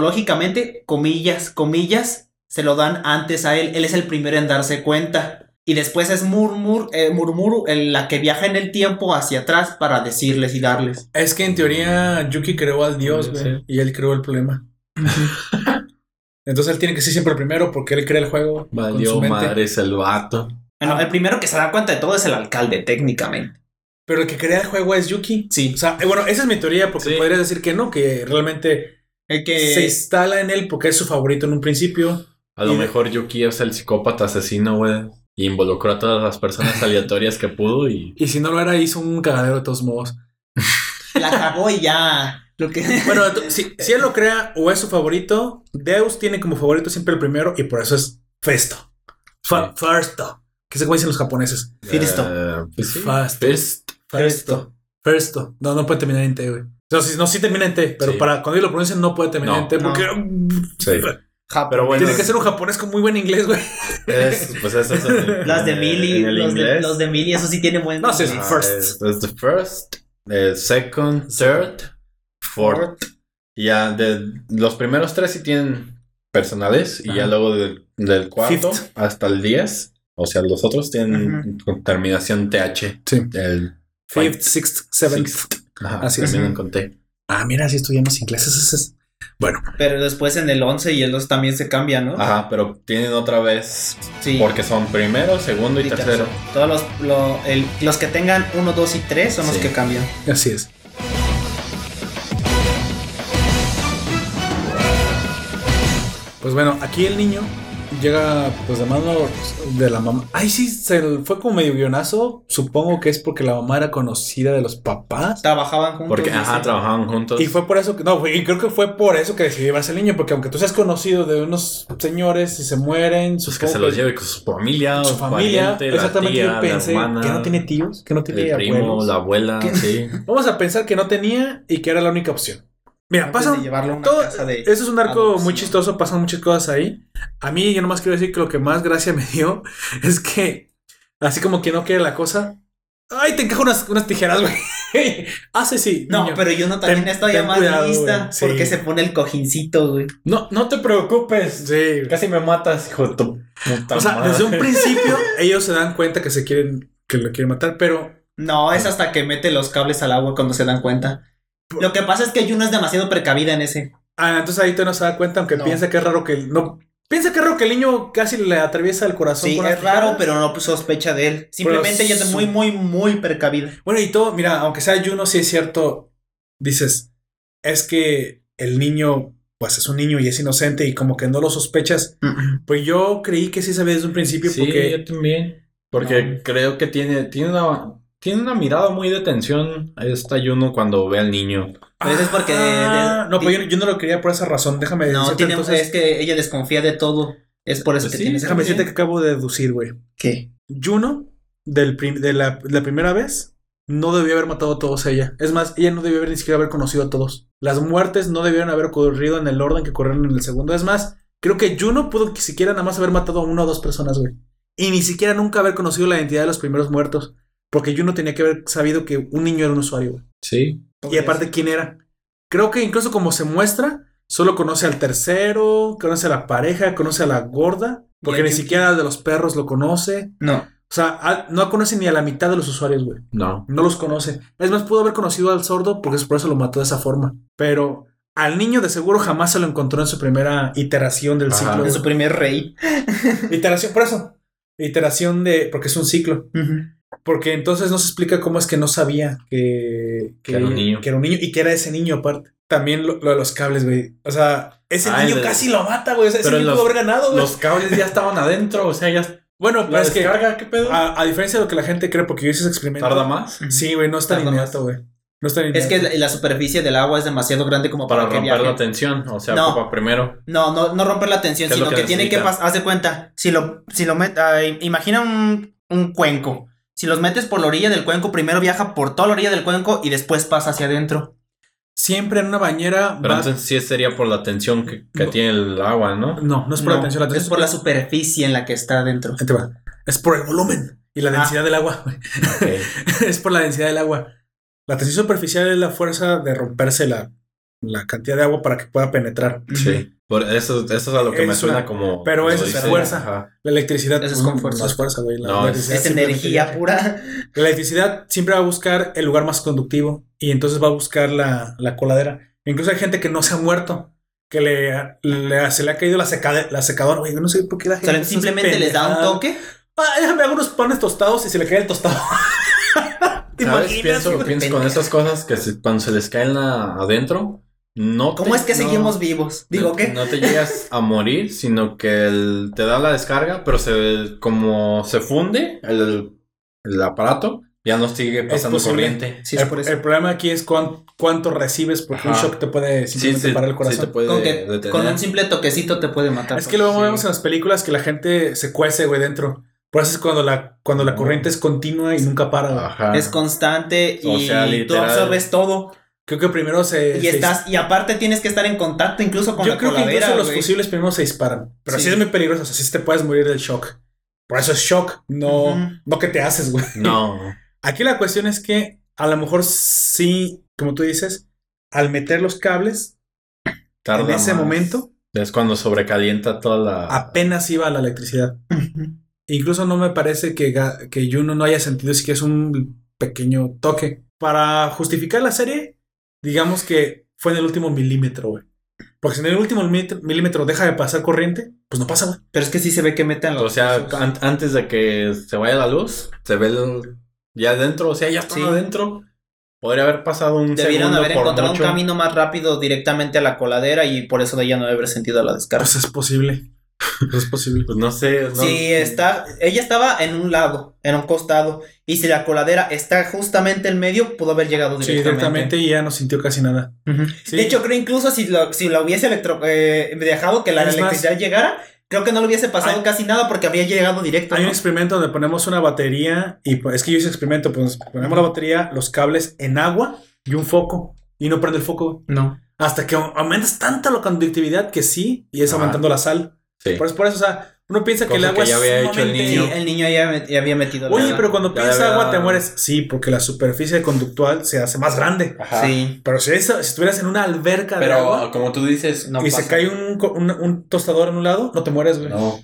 [SPEAKER 3] cronológicamente, comillas, comillas, se lo dan antes a él. Él es el primero en darse cuenta. Y después es Murmur, eh, Murmuru, el- la que viaja en el tiempo hacia atrás para decirles y darles.
[SPEAKER 2] Es que en teoría Yuki creó al dios,
[SPEAKER 4] Puede
[SPEAKER 2] güey, y él creó el problema. Entonces él tiene que ser siempre el primero porque él crea el juego con
[SPEAKER 4] Valió
[SPEAKER 2] su mente.
[SPEAKER 4] madre el vato.
[SPEAKER 3] Bueno, el primero que se da cuenta de todo es el alcalde, técnicamente.
[SPEAKER 2] Pero el que crea el juego es Yuki.
[SPEAKER 3] Sí.
[SPEAKER 2] O sea, eh, bueno, esa es mi teoría porque
[SPEAKER 4] Sí. Eh.
[SPEAKER 2] podrías decir que no, que realmente
[SPEAKER 3] El
[SPEAKER 2] se
[SPEAKER 3] que.
[SPEAKER 2] instala en él porque es su favorito en un principio.
[SPEAKER 4] A lo
[SPEAKER 2] Y de-
[SPEAKER 4] mejor Yuki es el psicópata asesino, güey. Y involucró a todas las personas aleatorias que pudo y
[SPEAKER 2] Y si no lo era, hizo un cagadero de todos modos.
[SPEAKER 3] La cagó y ya. Lo que.
[SPEAKER 2] Bueno, ent- si, si él lo crea o es su favorito, Deus tiene como favorito siempre el primero y por eso es Festo. Fa- Firsto. Que se dicen los japoneses.
[SPEAKER 3] Firisto.
[SPEAKER 4] Eh, pues sí.
[SPEAKER 2] Fast.
[SPEAKER 4] First.
[SPEAKER 2] Firsto. Firsto. No, no puede terminar en T, güey. No, sí, no, sí termina en T, pero
[SPEAKER 4] Sí.
[SPEAKER 2] para cuando ellos lo pronuncian no puede terminar
[SPEAKER 4] No.
[SPEAKER 2] en T porque
[SPEAKER 4] Sí. Pero bueno,
[SPEAKER 2] tiene que ser un japonés con muy buen inglés, güey.
[SPEAKER 4] es- pues eso es en el-
[SPEAKER 3] Las de Millie,
[SPEAKER 4] en el
[SPEAKER 3] los de,
[SPEAKER 4] inglés.
[SPEAKER 3] los de Millie, eso sí tiene buen.
[SPEAKER 2] No, sí,
[SPEAKER 4] Ah,
[SPEAKER 2] first.
[SPEAKER 4] Es, es the first, eh, second, third, fourth. Y Ya de los primeros tres sí tienen personales y ya luego del, del cuarto
[SPEAKER 2] Fifth.
[SPEAKER 4] hasta el diez. O sea, los otros tienen con terminación TH.
[SPEAKER 2] Sí.
[SPEAKER 4] El
[SPEAKER 2] Fifth, sixth, seventh.
[SPEAKER 4] Sixth. Ajá,
[SPEAKER 2] Así es.
[SPEAKER 4] terminan con T.
[SPEAKER 2] Ah, mira, si estudiamos inglés. ese es- Bueno,
[SPEAKER 3] Pero después en el 11 y el 2 también se cambia, ¿no?
[SPEAKER 4] Ajá, pero tienen otra vez
[SPEAKER 3] sí.
[SPEAKER 4] porque son primero, segundo y
[SPEAKER 3] Y
[SPEAKER 4] tercero.
[SPEAKER 3] Todos los, lo- el- los que tengan 1, 2 y 3 son los
[SPEAKER 4] Sí.
[SPEAKER 3] que cambian.
[SPEAKER 2] así es. Pues bueno, aquí el niño llega pues de mano de la mamá. Ay, sí, se fue como medio guionazo. Supongo que es porque la mamá era conocida de los papás.
[SPEAKER 3] Trabajaban juntos.
[SPEAKER 4] Porque,
[SPEAKER 3] dice.
[SPEAKER 4] ajá, trabajaban juntos.
[SPEAKER 2] Y fue por eso que, no, fue- y creo que fue por eso que decidí llevarse al niño, porque aunque tú seas conocido de unos señores y se mueren,
[SPEAKER 4] Pues
[SPEAKER 2] sus
[SPEAKER 4] que se los lleve con su familia,
[SPEAKER 2] su familia,
[SPEAKER 4] pariente, la
[SPEAKER 2] exactamente
[SPEAKER 4] tía,
[SPEAKER 2] yo pensé
[SPEAKER 4] la hermana,
[SPEAKER 2] que no tiene tíos, que no tiene
[SPEAKER 4] el primo,
[SPEAKER 2] abuelos.
[SPEAKER 4] la abuela,
[SPEAKER 2] ¿Qué?
[SPEAKER 4] sí.
[SPEAKER 2] Vamos a pensar que no tenía y que era la única opción. Mira,
[SPEAKER 3] Antes
[SPEAKER 2] pasan
[SPEAKER 3] de llevarlo a una
[SPEAKER 2] todo,
[SPEAKER 3] casa de-
[SPEAKER 2] eso es un arco
[SPEAKER 3] adopción.
[SPEAKER 2] muy chistoso, pasan muchas cosas ahí. A mí yo nomás quiero decir que lo que más gracia me dio es que así como que no quiere la cosa, ay, te encajo unas, unas tijeras, güey. ah, sí, sí.
[SPEAKER 3] No,
[SPEAKER 2] niño.
[SPEAKER 3] pero yo no también
[SPEAKER 2] Ten-
[SPEAKER 3] estaba ya
[SPEAKER 2] ten
[SPEAKER 3] más
[SPEAKER 2] cuidado,
[SPEAKER 3] lista
[SPEAKER 2] güey. Sí.
[SPEAKER 3] porque se pone el cojincito, güey.
[SPEAKER 7] No, no te preocupes.
[SPEAKER 2] Sí.
[SPEAKER 7] Casi me matas, hijo de tu puta
[SPEAKER 2] O sea,
[SPEAKER 7] madre.
[SPEAKER 2] desde un principio ellos se dan cuenta que se quieren, que lo quieren matar, pero
[SPEAKER 3] No, es hasta que mete los cables al agua cuando se dan cuenta. Lo que pasa es que Juno es demasiado precavida en ese.
[SPEAKER 2] Ah, entonces ahí te no se da cuenta, aunque
[SPEAKER 3] No.
[SPEAKER 2] piensa que es raro que no Piensa que Roqueliño casi le atraviesa el corazón.
[SPEAKER 3] Sí,
[SPEAKER 2] con
[SPEAKER 3] es
[SPEAKER 2] las picadas.
[SPEAKER 3] raro, pero no sospecha de él. Simplemente ella es
[SPEAKER 2] su-
[SPEAKER 3] muy, muy, muy precavida.
[SPEAKER 2] Bueno, y todo, mira, aunque sea Juno, sí es cierto, dices, es que el niño, pues es un niño y es inocente y como que no lo sospechas. Pues yo creí que sí sabía desde un principio
[SPEAKER 4] Sí,
[SPEAKER 2] porque...
[SPEAKER 4] yo también. Porque
[SPEAKER 2] No.
[SPEAKER 4] creo que tiene, tiene una tiene una mirada muy de tensión esta Juno cuando ve al niño.
[SPEAKER 3] Pero eso es porque de-
[SPEAKER 2] Ah,
[SPEAKER 3] de-
[SPEAKER 2] no, pues
[SPEAKER 3] de-
[SPEAKER 2] yo, yo no lo quería por esa razón. Déjame
[SPEAKER 3] No,
[SPEAKER 2] decirte
[SPEAKER 3] tiene,
[SPEAKER 2] entonces-
[SPEAKER 3] es que ella desconfía de todo. Es por eso
[SPEAKER 4] Pues
[SPEAKER 3] que
[SPEAKER 4] sí,
[SPEAKER 3] tiene esa
[SPEAKER 2] Déjame decirte que
[SPEAKER 3] condición.
[SPEAKER 2] acabo de deducir, güey.
[SPEAKER 3] ¿Qué?
[SPEAKER 2] Juno, del prim- de la, la primera vez, no debió haber matado a todos ella. Es más, ella no debió haber ni siquiera haber conocido a todos. Las muertes no debieron haber ocurrido en el orden que ocurrieron en el segundo. Es más, creo que Juno pudo que siquiera nada más haber matado a una o dos personas, güey. Y ni siquiera nunca haber conocido la identidad de los primeros muertos. Porque Juno tenía que haber sabido que un niño era un usuario, güey.
[SPEAKER 4] Sí.
[SPEAKER 2] Y aparte, ¿quién era? Creo que incluso como se muestra, solo conoce al tercero, conoce a la pareja, conoce a la gorda. Porque
[SPEAKER 3] a
[SPEAKER 2] ni
[SPEAKER 3] Yuki.
[SPEAKER 2] siquiera de los perros lo conoce.
[SPEAKER 3] No.
[SPEAKER 2] O sea, a- no conoce ni a la mitad de los usuarios, güey.
[SPEAKER 4] No.
[SPEAKER 2] No los conoce. Es más, pudo haber conocido al sordo porque es por eso lo mató de esa forma. Pero al niño de seguro jamás se lo encontró en su primera iteración del
[SPEAKER 4] Ajá.
[SPEAKER 2] ciclo.
[SPEAKER 3] Es
[SPEAKER 2] güey.
[SPEAKER 3] su primer rey.
[SPEAKER 2] Iteración, por eso. Iteración de. Porque es un ciclo. Porque entonces no se explica cómo es que no sabía que,
[SPEAKER 4] Que era un niño.
[SPEAKER 2] que era un niño y que era ese niño aparte. También lo, lo de los cables, güey. O sea, ese
[SPEAKER 4] Ah,
[SPEAKER 2] niño
[SPEAKER 4] el de-
[SPEAKER 2] casi lo mata, güey. O sea, ese
[SPEAKER 4] Pero
[SPEAKER 2] niño
[SPEAKER 4] los-
[SPEAKER 2] pudo haber ganado, güey.
[SPEAKER 4] Los cables ya estaban adentro, o sea, ya
[SPEAKER 2] Bueno, pero
[SPEAKER 4] la
[SPEAKER 2] es que.
[SPEAKER 4] descarga, ¿qué
[SPEAKER 7] Ah,
[SPEAKER 4] pedo?
[SPEAKER 2] A, a diferencia de lo que la gente cree, porque yo hice ese experimento.
[SPEAKER 4] Tarda más
[SPEAKER 2] Sí, güey, no es tan
[SPEAKER 3] Tarda
[SPEAKER 2] inmediato, güey. No es tan
[SPEAKER 3] Es
[SPEAKER 2] inmediato.
[SPEAKER 3] que la, la superficie del agua es demasiado grande como para,
[SPEAKER 4] para
[SPEAKER 3] que
[SPEAKER 4] romper
[SPEAKER 3] viaje.
[SPEAKER 4] la tensión, o sea,
[SPEAKER 3] No.
[SPEAKER 4] ocupa primero.
[SPEAKER 3] No, no, no romper la tensión,
[SPEAKER 4] ¿Qué es lo
[SPEAKER 3] sino que,
[SPEAKER 4] que
[SPEAKER 3] tiene que
[SPEAKER 4] necesita?
[SPEAKER 3] pasar. Haz de cuenta, si lo, si lo met- ah, im- imagina un, un cuenco. Si los metes por la orilla del cuenco, primero viaja por toda la orilla del cuenco y después pasa hacia adentro.
[SPEAKER 2] Siempre en una bañera
[SPEAKER 4] Pero
[SPEAKER 2] va-
[SPEAKER 4] entonces sí sería por la tensión que, que
[SPEAKER 2] No.
[SPEAKER 4] tiene el agua, ¿no?
[SPEAKER 2] No, no es por la
[SPEAKER 3] No,
[SPEAKER 2] tensión, la
[SPEAKER 3] es
[SPEAKER 2] tensión
[SPEAKER 3] por la superficie en la que está adentro.
[SPEAKER 2] Ahí te va. Es por el volumen y la
[SPEAKER 3] Ah.
[SPEAKER 2] densidad del agua. güey.
[SPEAKER 4] Ok.
[SPEAKER 2] es por la densidad del agua. La tensión superficial es la fuerza de romperse la, la cantidad de agua para que pueda penetrar.
[SPEAKER 4] Sí. Por eso, eso es a lo que me
[SPEAKER 2] Es
[SPEAKER 4] suena
[SPEAKER 2] una-
[SPEAKER 4] como.
[SPEAKER 2] pero
[SPEAKER 4] como
[SPEAKER 2] eso es
[SPEAKER 4] dice-
[SPEAKER 2] fuerza.
[SPEAKER 4] Ajá.
[SPEAKER 2] La electricidad
[SPEAKER 3] Eso es
[SPEAKER 2] pues,
[SPEAKER 3] con
[SPEAKER 2] no,
[SPEAKER 3] fuerza.
[SPEAKER 2] no es fuerza, güey. La
[SPEAKER 4] No, es-
[SPEAKER 2] electricidad
[SPEAKER 3] Es
[SPEAKER 2] simplemente
[SPEAKER 3] energía
[SPEAKER 2] viaja.
[SPEAKER 3] pura.
[SPEAKER 2] La electricidad siempre va a buscar el lugar más conductivo y entonces va a buscar la, la coladera. Incluso hay gente que no se ha muerto, que le, le- se le ha caído la, secade- la secadora. Güey, yo no sé por qué la
[SPEAKER 3] O
[SPEAKER 2] gente.
[SPEAKER 3] sea,
[SPEAKER 2] hace
[SPEAKER 3] simplemente les da un
[SPEAKER 2] pendejadas.
[SPEAKER 3] toque.
[SPEAKER 2] Ah, déjame hago unos panes tostados y se le cae el tostado. ¿Te
[SPEAKER 4] ¿Sabes?
[SPEAKER 2] imaginas?
[SPEAKER 4] Pienso,
[SPEAKER 2] güey?
[SPEAKER 4] pienso con esas cosas que se- cuando se les caen la- adentro, no.
[SPEAKER 3] ¿Cómo
[SPEAKER 4] te-
[SPEAKER 3] es que
[SPEAKER 4] no-
[SPEAKER 3] seguimos vivos? Digo,
[SPEAKER 4] no-
[SPEAKER 3] ¿qué?
[SPEAKER 4] No te llegas a morir, sino que el- te da la descarga, pero se como se funde el, el aparato, ya no sigue pasando
[SPEAKER 2] posible.
[SPEAKER 4] corriente.
[SPEAKER 3] Sí, es
[SPEAKER 2] el,
[SPEAKER 3] por eso.
[SPEAKER 2] el problema aquí es cuán- cuánto recibes porque un
[SPEAKER 4] Ajá.
[SPEAKER 2] shock te puede simplemente
[SPEAKER 4] sí,
[SPEAKER 2] parar el
[SPEAKER 4] sí
[SPEAKER 2] corazón.
[SPEAKER 4] te puede
[SPEAKER 3] Con, que-
[SPEAKER 4] detener.
[SPEAKER 3] con un simple toquecito te puede matar.
[SPEAKER 2] eh, Es que luego vemos en las películas que la gente se cuece, güey, dentro. Por eso es cuando la, cuando la corriente es continua y nunca para. güey.
[SPEAKER 4] Ajá.
[SPEAKER 3] Es constante
[SPEAKER 4] Ah. O
[SPEAKER 3] y
[SPEAKER 4] sea,
[SPEAKER 3] tú
[SPEAKER 4] literal.
[SPEAKER 3] absorbes todo.
[SPEAKER 2] Creo que primero se.
[SPEAKER 3] Y
[SPEAKER 2] se
[SPEAKER 3] estás, y aparte tienes que estar en contacto incluso con
[SPEAKER 2] Yo
[SPEAKER 3] la
[SPEAKER 2] creo que
[SPEAKER 3] coladera.
[SPEAKER 2] incluso los
[SPEAKER 3] güey.
[SPEAKER 2] fusibles primero se disparan. Pero sí.
[SPEAKER 3] Sí.
[SPEAKER 2] es muy peligroso. O sea, sí te puedes morir del shock. Por eso es shock, no,
[SPEAKER 3] Ujú.
[SPEAKER 2] no que te haces, güey.
[SPEAKER 4] No.
[SPEAKER 2] Aquí la cuestión es que a lo mejor sí, como tú dices, al meter los cables,
[SPEAKER 4] Tarda
[SPEAKER 2] en ese
[SPEAKER 4] más.
[SPEAKER 2] momento
[SPEAKER 4] Es cuando sobrecalienta toda la.
[SPEAKER 2] apenas iba la electricidad.
[SPEAKER 3] Ujú.
[SPEAKER 2] Incluso no me parece que, Ga- que Juno no haya sentido si que es un pequeño toque. Para justificar la serie, digamos que fue en el último milímetro, güey. Porque si en el último milímetro- milímetro deja de pasar corriente, pues no pasa, güey.
[SPEAKER 3] Pero es que sí se ve que meten los.
[SPEAKER 4] O sea,
[SPEAKER 3] fusos.
[SPEAKER 4] an- antes de que se vaya la luz, se ve el- ya adentro, o sea, ya están
[SPEAKER 3] Sí.
[SPEAKER 4] adentro. Podría haber pasado un
[SPEAKER 3] debieron
[SPEAKER 4] segundo
[SPEAKER 3] haber
[SPEAKER 4] por
[SPEAKER 3] encontrado
[SPEAKER 4] mucho.
[SPEAKER 3] un camino más rápido directamente a la coladera y por eso de ella no haber sentido la descarga.
[SPEAKER 2] Pues es posible. Pues es posible.
[SPEAKER 4] Pues no sé. no-
[SPEAKER 3] Si está, ella estaba en un lado, en un costado, y si la coladera está justamente en medio, pudo haber llegado
[SPEAKER 2] Sí,
[SPEAKER 3] directamente.
[SPEAKER 2] directamente y ya no sintió casi nada.
[SPEAKER 3] Ujú.
[SPEAKER 2] Sí.
[SPEAKER 3] De hecho, creo incluso si lo, si la hubiese electro, eh, dejado que la
[SPEAKER 2] Es más-
[SPEAKER 3] electricidad llegara, creo que no le hubiese pasado
[SPEAKER 2] Hay-
[SPEAKER 3] casi nada porque habría llegado directo.
[SPEAKER 2] hay un
[SPEAKER 3] ¿no?
[SPEAKER 2] experimento donde ponemos una batería y pues, es que yo hice experimento, pues ponemos la batería, los cables en agua y un foco y no prende el foco
[SPEAKER 3] No.
[SPEAKER 2] hasta que aumentas tanta la conductividad que sí y es
[SPEAKER 4] Ajá.
[SPEAKER 2] aumentando la sal.
[SPEAKER 4] Sí.
[SPEAKER 2] Por eso, por eso, o sea, uno piensa que
[SPEAKER 4] Cosa
[SPEAKER 2] el agua
[SPEAKER 4] que ya
[SPEAKER 2] es
[SPEAKER 4] había hecho el
[SPEAKER 2] sumamente-
[SPEAKER 4] niño.
[SPEAKER 3] Sí, el niño ya, met- ya había metido la
[SPEAKER 2] Oye,
[SPEAKER 3] mano.
[SPEAKER 2] pero cuando
[SPEAKER 4] Ya
[SPEAKER 2] pides
[SPEAKER 4] había-
[SPEAKER 2] agua te mueres. Sí, porque la superficie conductual se hace más grande.
[SPEAKER 4] Ajá.
[SPEAKER 3] Sí.
[SPEAKER 2] Pero si, eso- si estuvieras en una alberca de
[SPEAKER 4] Pero
[SPEAKER 2] agua
[SPEAKER 4] como tú dices,
[SPEAKER 3] No
[SPEAKER 2] y
[SPEAKER 3] pasa.
[SPEAKER 2] se cae un, co- un- un tostador en un lado, no te mueres, güey.
[SPEAKER 4] no.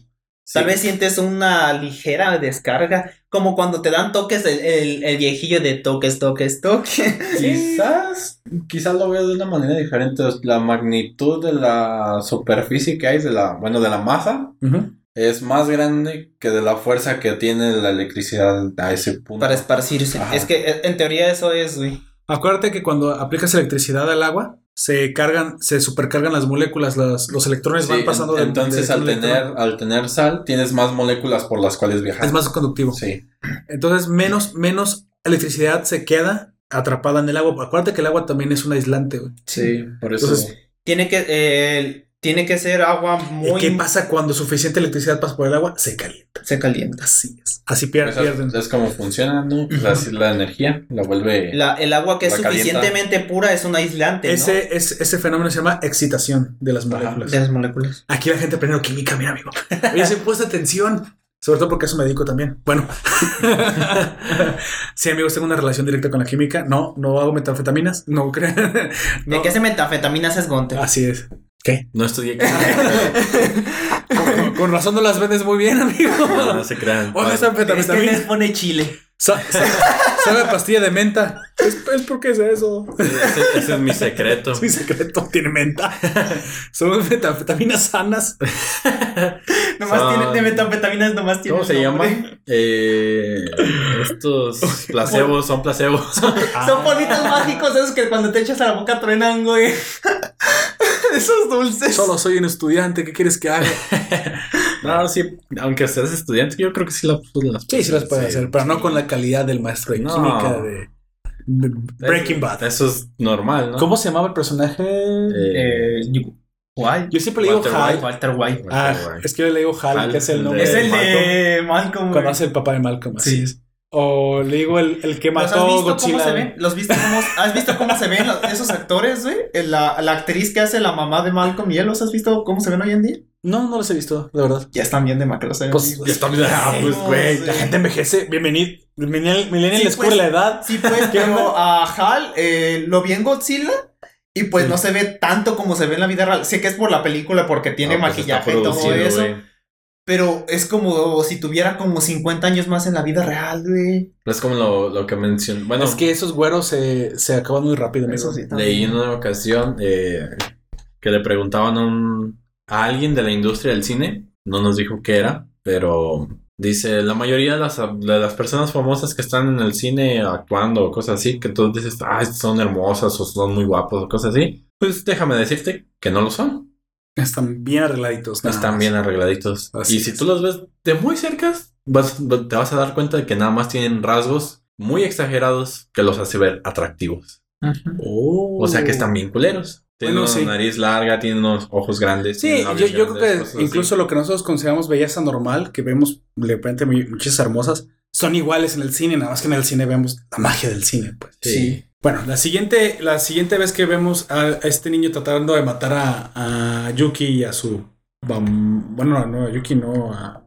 [SPEAKER 3] Tal vez sientes una ligera descarga, como cuando te dan toques, el, el- el viejillo de toques, toques, toques.
[SPEAKER 4] Quizás, quizás lo veo de una manera diferente. La magnitud de la superficie que hay, de la, bueno, de la masa,
[SPEAKER 2] Ujú.
[SPEAKER 4] es más grande que de la fuerza que tiene la electricidad a ese punto.
[SPEAKER 3] Para esparcirse.
[SPEAKER 4] Ajá.
[SPEAKER 3] Es que eh, en teoría eso es, güey.
[SPEAKER 2] Acuérdate que cuando aplicas electricidad al agua, se cargan, se supercargan las moléculas, las- los electrones
[SPEAKER 4] Sí,
[SPEAKER 2] van pasando de-
[SPEAKER 4] en- entonces
[SPEAKER 2] de-
[SPEAKER 4] al
[SPEAKER 2] de-
[SPEAKER 4] tener al tener sal tienes más moléculas por las cuales viajar.
[SPEAKER 2] es más conductivo.
[SPEAKER 4] Sí.
[SPEAKER 2] Entonces, menos, menos electricidad se queda atrapada en el agua. Acuérdate que el agua también es un aislante, güey.
[SPEAKER 4] Sí, por eso.
[SPEAKER 2] Entonces,
[SPEAKER 3] Tiene que, eh, tiene que ser agua
[SPEAKER 2] ¿Y
[SPEAKER 3] muy...
[SPEAKER 2] qué pasa cuando suficiente electricidad pasa por el agua? Se calienta.
[SPEAKER 3] Se calienta.
[SPEAKER 2] Así es. Así pier-
[SPEAKER 4] pues,
[SPEAKER 2] pierden.
[SPEAKER 4] es, es como funciona, ¿no? Pues, así la energía la vuelve
[SPEAKER 3] La- el agua que es
[SPEAKER 4] La calienta.
[SPEAKER 3] suficientemente pura es un aislante, ¿no?
[SPEAKER 2] Ese, es- ese fenómeno se llama excitación de las moléculas.
[SPEAKER 3] De las moléculas.
[SPEAKER 2] Aquí la gente aprendió química, mira, amigo. Oye, se puesta atención. Sobre todo porque a eso me dedico también. Bueno. sí, amigos, tengo una relación directa con la química. No, no hago metanfetaminas. No creo.
[SPEAKER 3] ¿De qué se metanfetaminas es Gonte?
[SPEAKER 2] Así es.
[SPEAKER 7] No estudié
[SPEAKER 2] Con, con razón no las vendes muy bien, amigo.
[SPEAKER 7] No, no se crean.
[SPEAKER 2] Oye, esa
[SPEAKER 6] Este les
[SPEAKER 2] metanfetamina.
[SPEAKER 6] pone chile.
[SPEAKER 2] Sa- sa- Sabe a pastilla de menta. Es, es porque es eso.
[SPEAKER 7] Ese, ese es mi secreto.
[SPEAKER 2] Es mi secreto. Tiene menta. Son metanfetaminas sanas.
[SPEAKER 3] Nomás
[SPEAKER 7] Son-
[SPEAKER 3] tiene, de metanfetaminas nomás tiene.
[SPEAKER 7] ¿Cómo
[SPEAKER 3] el
[SPEAKER 7] se llama?
[SPEAKER 3] nombre.
[SPEAKER 7] Eh, estos placebos son placebos.
[SPEAKER 2] Ah.
[SPEAKER 3] Son polvitos mágicos esos que cuando te echas a la boca truenan, güey. esos dulces.
[SPEAKER 2] Solo soy un estudiante. ¿Qué quieres que haga?
[SPEAKER 7] No, sí, aunque seas estudiante, yo creo que sí la- las
[SPEAKER 2] Sí, sí las puede hacer, pero no con la calidad del maestro de
[SPEAKER 7] No.
[SPEAKER 2] química de de Breaking Bad.
[SPEAKER 7] Eso es normal, ¿no?
[SPEAKER 2] ¿Cómo se llamaba el personaje?
[SPEAKER 7] Eh,
[SPEAKER 3] Eh, yo- ¿Cuál?
[SPEAKER 2] Yo siempre le digo
[SPEAKER 7] Walter
[SPEAKER 2] Hal.
[SPEAKER 3] Walter White.
[SPEAKER 2] Ah,
[SPEAKER 7] White.
[SPEAKER 2] es que yo le digo Hal,
[SPEAKER 7] Hal,
[SPEAKER 2] que es el
[SPEAKER 7] el de-
[SPEAKER 2] nombre.
[SPEAKER 3] Es el
[SPEAKER 2] Malcolm,
[SPEAKER 3] de Malcolm, güey.
[SPEAKER 2] Cuando hace el papá de Malcolm, así
[SPEAKER 3] Sí.
[SPEAKER 2] es. O le digo el, el que
[SPEAKER 3] ¿Los has
[SPEAKER 2] mató
[SPEAKER 3] visto
[SPEAKER 2] Godzilla.
[SPEAKER 3] cómo se ven? ¿Los viste cómo, ¿Has visto cómo se ven los- esos actores, güey? Eh, La, la actriz que hace la mamá de Malcolm y él, ¿los has visto cómo se ven hoy en día?
[SPEAKER 2] No, no los he visto, de verdad.
[SPEAKER 3] Ya están bien de macros. eh,
[SPEAKER 2] Pues,
[SPEAKER 3] güey.
[SPEAKER 2] ya
[SPEAKER 7] está bien. Ah, pues, güey.
[SPEAKER 3] Sí.
[SPEAKER 2] La gente envejece. Bienvenido. Millennial, millennial
[SPEAKER 3] Sí,
[SPEAKER 2] les cubre
[SPEAKER 3] pues.
[SPEAKER 2] la edad.
[SPEAKER 3] Sí, pues, pero a Hal eh, lo vi en Godzilla y pues no se ve tanto como se ve en la vida real. Sé que es por la película porque tiene
[SPEAKER 7] ah, pues está
[SPEAKER 3] maquillaje y todo
[SPEAKER 7] producido,
[SPEAKER 3] eso,
[SPEAKER 7] güey.
[SPEAKER 3] pero es como si tuviera como 50 años más en la vida real, güey.
[SPEAKER 7] Es como lo, lo que mencioné. Bueno,
[SPEAKER 2] Es que esos güeros se, se acaban muy rápido. amigo.
[SPEAKER 3] Eso sí, también.
[SPEAKER 7] leí en una ocasión eh, que le preguntaban a, un- a alguien de la industria del cine. No nos dijo qué era, pero dice: La mayoría de las, de las personas famosas que están en el cine actuando o cosas así, que tú dices, ah, son hermosas o son muy guapos o cosas así. Pues déjame decirte que no lo son.
[SPEAKER 2] Están bien arregladitos. nada
[SPEAKER 7] Están
[SPEAKER 2] más.
[SPEAKER 7] bien arregladitos.
[SPEAKER 2] Ah, Así
[SPEAKER 7] y si
[SPEAKER 2] es.
[SPEAKER 7] tú los ves de muy cerca, vas, va- te vas a dar cuenta de que nada más tienen rasgos muy exagerados que los hace ver atractivos.
[SPEAKER 2] Oh.
[SPEAKER 7] O sea que están bien culeros. Tienen
[SPEAKER 2] Bueno,
[SPEAKER 7] una
[SPEAKER 2] sí.
[SPEAKER 7] nariz larga, tienen unos ojos grandes.
[SPEAKER 2] Sí,
[SPEAKER 7] tienen
[SPEAKER 2] yo,
[SPEAKER 7] labios
[SPEAKER 2] yo
[SPEAKER 7] grandes,
[SPEAKER 2] creo
[SPEAKER 7] cosas
[SPEAKER 2] que
[SPEAKER 7] así.
[SPEAKER 2] incluso lo que nosotros consideramos belleza normal, que vemos de repente muy- muchas hermosas, son iguales en el cine, nada más que en el cine vemos la magia del cine, pues.
[SPEAKER 7] Sí.
[SPEAKER 2] Bueno, la siguiente, la siguiente vez que vemos a este niño tratando de matar a, a Yuki y a su bam- bueno, no, a Yuki no, a,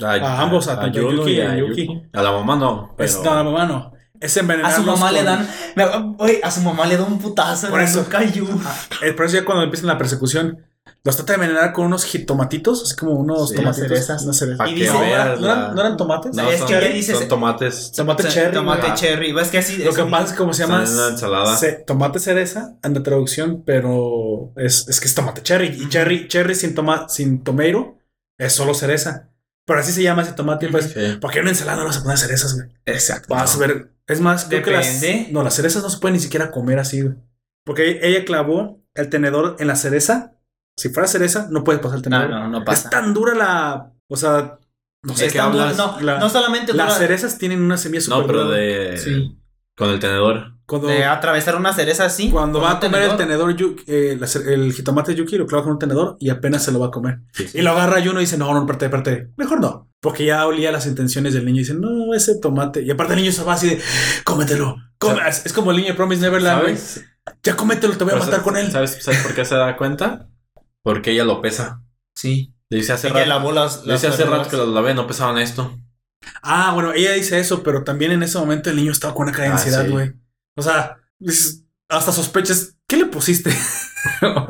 [SPEAKER 2] A ambos, a tanto
[SPEAKER 7] Yuno
[SPEAKER 2] Yuki
[SPEAKER 7] y a
[SPEAKER 2] y a Yuki.
[SPEAKER 7] Yuki. A la mamá no. Pero...
[SPEAKER 2] es- no, a la mamá no. Es
[SPEAKER 3] A
[SPEAKER 2] envenenarlos
[SPEAKER 3] su mamá le
[SPEAKER 2] con-
[SPEAKER 3] dan. no, güey, a su mamá le da un putazo
[SPEAKER 2] Por
[SPEAKER 3] en
[SPEAKER 2] eso.
[SPEAKER 3] su cayú.
[SPEAKER 2] Ah, eh, Por eso ya cuando empiezan la persecución, los trata de envenenar con unos jitomatitos, así como unos
[SPEAKER 7] Sí,
[SPEAKER 2] tomatitos.
[SPEAKER 3] unas cerezas.
[SPEAKER 2] unas cerezas.
[SPEAKER 7] Pa'
[SPEAKER 3] Y
[SPEAKER 7] que
[SPEAKER 3] dice,
[SPEAKER 2] No,
[SPEAKER 7] veas
[SPEAKER 2] ¿no eran-
[SPEAKER 7] la-
[SPEAKER 2] ¿No eran tomates?
[SPEAKER 7] No,
[SPEAKER 3] Es
[SPEAKER 7] son,
[SPEAKER 3] que ya dices-
[SPEAKER 7] son tomates.
[SPEAKER 2] Tomate cherry,
[SPEAKER 3] Tomate
[SPEAKER 7] ¿no?
[SPEAKER 3] cherry. Ves que así.
[SPEAKER 2] Lo
[SPEAKER 3] es
[SPEAKER 2] que
[SPEAKER 3] un-
[SPEAKER 2] pasa es como se llama
[SPEAKER 7] Son una ensalada.
[SPEAKER 2] ce- tomate cereza, en la traducción, pero es, es que es tomate cherry. Y cherry, cherry sin, toma, sin tomato es solo cereza. Pero así se llama ese tomate. Pues,
[SPEAKER 7] Sí.
[SPEAKER 2] ¿Por qué en una ensalada no vas a poner cerezas, güey?
[SPEAKER 3] Exacto.
[SPEAKER 2] Vas a ver. Es más, creo que
[SPEAKER 3] Depende.
[SPEAKER 2] las. No, las cerezas no se pueden ni siquiera comer así, güey. Porque ella clavó el tenedor en la cereza. Si fuera cereza, no puedes pasar el
[SPEAKER 3] No,
[SPEAKER 2] tenedor.
[SPEAKER 3] no, no
[SPEAKER 2] Es
[SPEAKER 3] pasa.
[SPEAKER 2] tan dura la. O sea, no sé
[SPEAKER 3] Es
[SPEAKER 2] qué
[SPEAKER 3] tan duro-
[SPEAKER 2] hablas.
[SPEAKER 3] No,
[SPEAKER 2] La-
[SPEAKER 3] no solamente
[SPEAKER 2] las
[SPEAKER 3] dura-
[SPEAKER 2] cerezas tienen una semilla super
[SPEAKER 7] No, pero de.
[SPEAKER 3] Sí.
[SPEAKER 7] Con el tenedor.
[SPEAKER 2] Cuando,
[SPEAKER 3] de atravesar una cereza así.
[SPEAKER 2] Cuando
[SPEAKER 3] con
[SPEAKER 2] va a
[SPEAKER 3] un
[SPEAKER 2] comer el tenedor, Yuki- eh, la cer- el jitomate Yuki lo clava con un tenedor y apenas se lo va a comer.
[SPEAKER 7] Sí.
[SPEAKER 2] Y lo agarra y uno dice, no, no, espérate, espérate, mejor no. Porque ya olía las intenciones del niño y dice, no, ese tomate. Y aparte el niño se va así de, cómetelo. come-". Es es como el niño de Promise Neverland, güey.
[SPEAKER 7] ¿Sabes?
[SPEAKER 2] Ya cómetelo, te voy a
[SPEAKER 7] Pero
[SPEAKER 2] matar
[SPEAKER 7] sa-
[SPEAKER 2] con él.
[SPEAKER 7] ¿sabes, ¿Sabes por qué se da cuenta? Porque ella lo pesa.
[SPEAKER 3] Sí.
[SPEAKER 7] Le dice hace
[SPEAKER 3] Ella
[SPEAKER 7] rato,
[SPEAKER 3] lavó las.
[SPEAKER 7] le
[SPEAKER 3] las
[SPEAKER 7] dice hace rato
[SPEAKER 3] cerezas.
[SPEAKER 7] que los lavé, no pesaban esto.
[SPEAKER 2] Ah, bueno, ella dice eso, pero también en ese momento el niño estaba con una cara de
[SPEAKER 7] Ah,
[SPEAKER 2] ansiedad,
[SPEAKER 7] sí.
[SPEAKER 2] güey. O sea, dices, hasta sospechas, ¿qué le pusiste?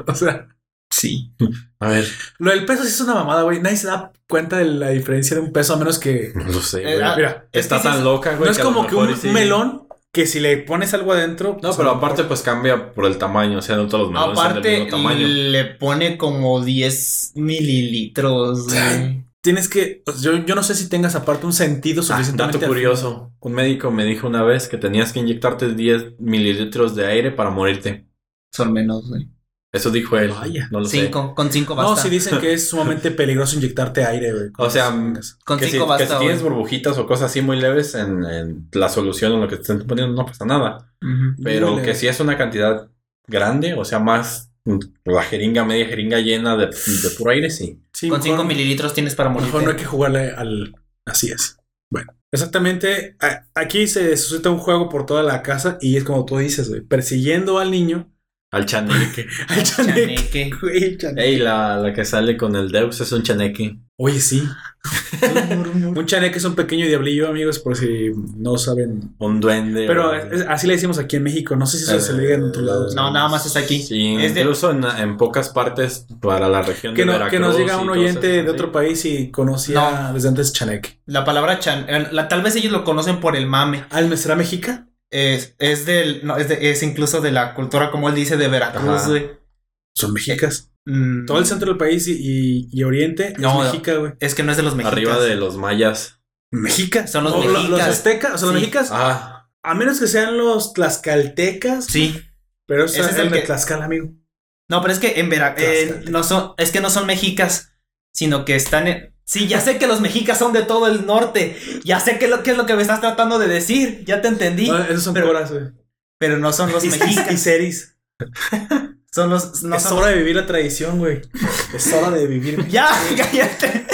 [SPEAKER 2] o sea, Sí.
[SPEAKER 4] A ver,
[SPEAKER 2] Lo del peso sí es una mamada, güey. Nadie se da cuenta de la diferencia de un peso a menos que.
[SPEAKER 4] no lo sé,
[SPEAKER 3] Eh,
[SPEAKER 4] güey.
[SPEAKER 3] ah,
[SPEAKER 2] Mira,
[SPEAKER 3] es
[SPEAKER 4] Está
[SPEAKER 3] que sí
[SPEAKER 4] tan
[SPEAKER 3] es-
[SPEAKER 4] loca, güey.
[SPEAKER 2] no es
[SPEAKER 4] que a lo
[SPEAKER 2] como que
[SPEAKER 4] mejor
[SPEAKER 2] un
[SPEAKER 4] y sí-
[SPEAKER 2] melón que si le pones algo adentro.
[SPEAKER 4] No, pero aparte, pues cambia por el tamaño. O sea, no todos los melones son del
[SPEAKER 3] Aparte,
[SPEAKER 4] mismo tamaño.
[SPEAKER 3] le pone como 10 mililitros. güey.
[SPEAKER 2] Tienes que. o sea, Yo, yo no sé si tengas aparte un sentido
[SPEAKER 4] Ah,
[SPEAKER 2] suficientemente.
[SPEAKER 4] dato curioso. Un médico me dijo una vez que tenías que inyectarte 10 mililitros de aire para morirte.
[SPEAKER 3] Son menos, güey.
[SPEAKER 4] Eso dijo él.
[SPEAKER 2] Vaya.
[SPEAKER 4] No lo sé.
[SPEAKER 3] Cinco, con 5 basta.
[SPEAKER 2] No, si dicen que es sumamente peligroso inyectarte aire, güey.
[SPEAKER 4] O sea, mm,
[SPEAKER 3] con
[SPEAKER 4] que si,
[SPEAKER 3] 5
[SPEAKER 4] que si
[SPEAKER 3] basta. güey.
[SPEAKER 4] tienes burbujitas o cosas así muy leves en, en la solución o lo que te estén poniendo, no pasa nada.
[SPEAKER 3] Ujú.
[SPEAKER 4] Pero
[SPEAKER 2] Muy leve.
[SPEAKER 4] que si es una cantidad grande, o sea, más mm, la jeringa, media jeringa llena de, de puro aire, sí.
[SPEAKER 2] Sí,
[SPEAKER 3] Con 5
[SPEAKER 2] mejor-
[SPEAKER 3] mililitros tienes para morir.
[SPEAKER 2] Mejor no hay que jugarle al. Así es. Bueno, exactamente. a- Aquí se suscita un juego por toda la casa y es como tú dices, güey. Persiguiendo al niño.
[SPEAKER 4] Al chaneque.
[SPEAKER 2] Al chaneque,
[SPEAKER 3] Chaneque.
[SPEAKER 2] güey, el chaneque.
[SPEAKER 4] Ey, la, la que sale con el Deus es un chaneque.
[SPEAKER 2] Oye, sí. un chaneque es un pequeño diablillo, amigos, por si no saben.
[SPEAKER 4] Un duende.
[SPEAKER 2] Pero
[SPEAKER 4] o-
[SPEAKER 2] es- así le decimos aquí en México. No sé si eso se le diga en otros lados.
[SPEAKER 3] No, nada más es aquí.
[SPEAKER 4] Sí,
[SPEAKER 3] Es de-
[SPEAKER 4] incluso en, en pocas partes para la región
[SPEAKER 2] Que,
[SPEAKER 4] de
[SPEAKER 2] no-
[SPEAKER 4] Veracruz.
[SPEAKER 2] que nos diga
[SPEAKER 4] y
[SPEAKER 2] un
[SPEAKER 4] cosas
[SPEAKER 2] oyente
[SPEAKER 4] así.
[SPEAKER 2] de otro país y conocía desde antes chaneque.
[SPEAKER 3] La palabra chan, eh, la- tal vez ellos lo conocen por el mame.
[SPEAKER 2] ¿Al será México?
[SPEAKER 3] Es, es del, no, es, de- es incluso de la cultura, como él dice, de Veracruz,
[SPEAKER 4] Ajá.
[SPEAKER 3] güey.
[SPEAKER 2] Son mexicas.
[SPEAKER 3] Mm,
[SPEAKER 2] Todo el centro del país y, y- y oriente
[SPEAKER 3] No,
[SPEAKER 2] es mexica, güey.
[SPEAKER 3] Es que no es de los mexicas.
[SPEAKER 4] Arriba de los mayas.
[SPEAKER 2] Mexicas.
[SPEAKER 3] Son los
[SPEAKER 2] O lo- Los
[SPEAKER 3] mexicas.
[SPEAKER 2] aztecas, o sea, los
[SPEAKER 3] Sí.
[SPEAKER 2] mexicas,
[SPEAKER 4] Ah,
[SPEAKER 2] a menos que sean los tlaxcaltecas.
[SPEAKER 3] Sí.
[SPEAKER 2] Pero eso
[SPEAKER 3] Ese
[SPEAKER 2] es
[SPEAKER 3] es
[SPEAKER 2] el
[SPEAKER 3] el
[SPEAKER 2] de
[SPEAKER 3] que-
[SPEAKER 2] Tlaxcala, amigo.
[SPEAKER 3] No, pero es que en Veracruz.
[SPEAKER 2] Tlaxcala.
[SPEAKER 3] no son, es que no son mexicas, sino que están en. Sí, ya sé que los mexicas son de todo el norte. Ya sé que lo que es lo que me estás tratando de decir. Ya te entendí.
[SPEAKER 2] No, eh. esos son
[SPEAKER 3] pero-
[SPEAKER 2] coras, güey.
[SPEAKER 3] Pero no son los
[SPEAKER 2] Y
[SPEAKER 3] mexicas.
[SPEAKER 2] seris.
[SPEAKER 3] Son los. No
[SPEAKER 2] es
[SPEAKER 3] son-
[SPEAKER 2] hora de vivir la tradición, güey. Es hora de vivir.
[SPEAKER 3] Ya, cállate.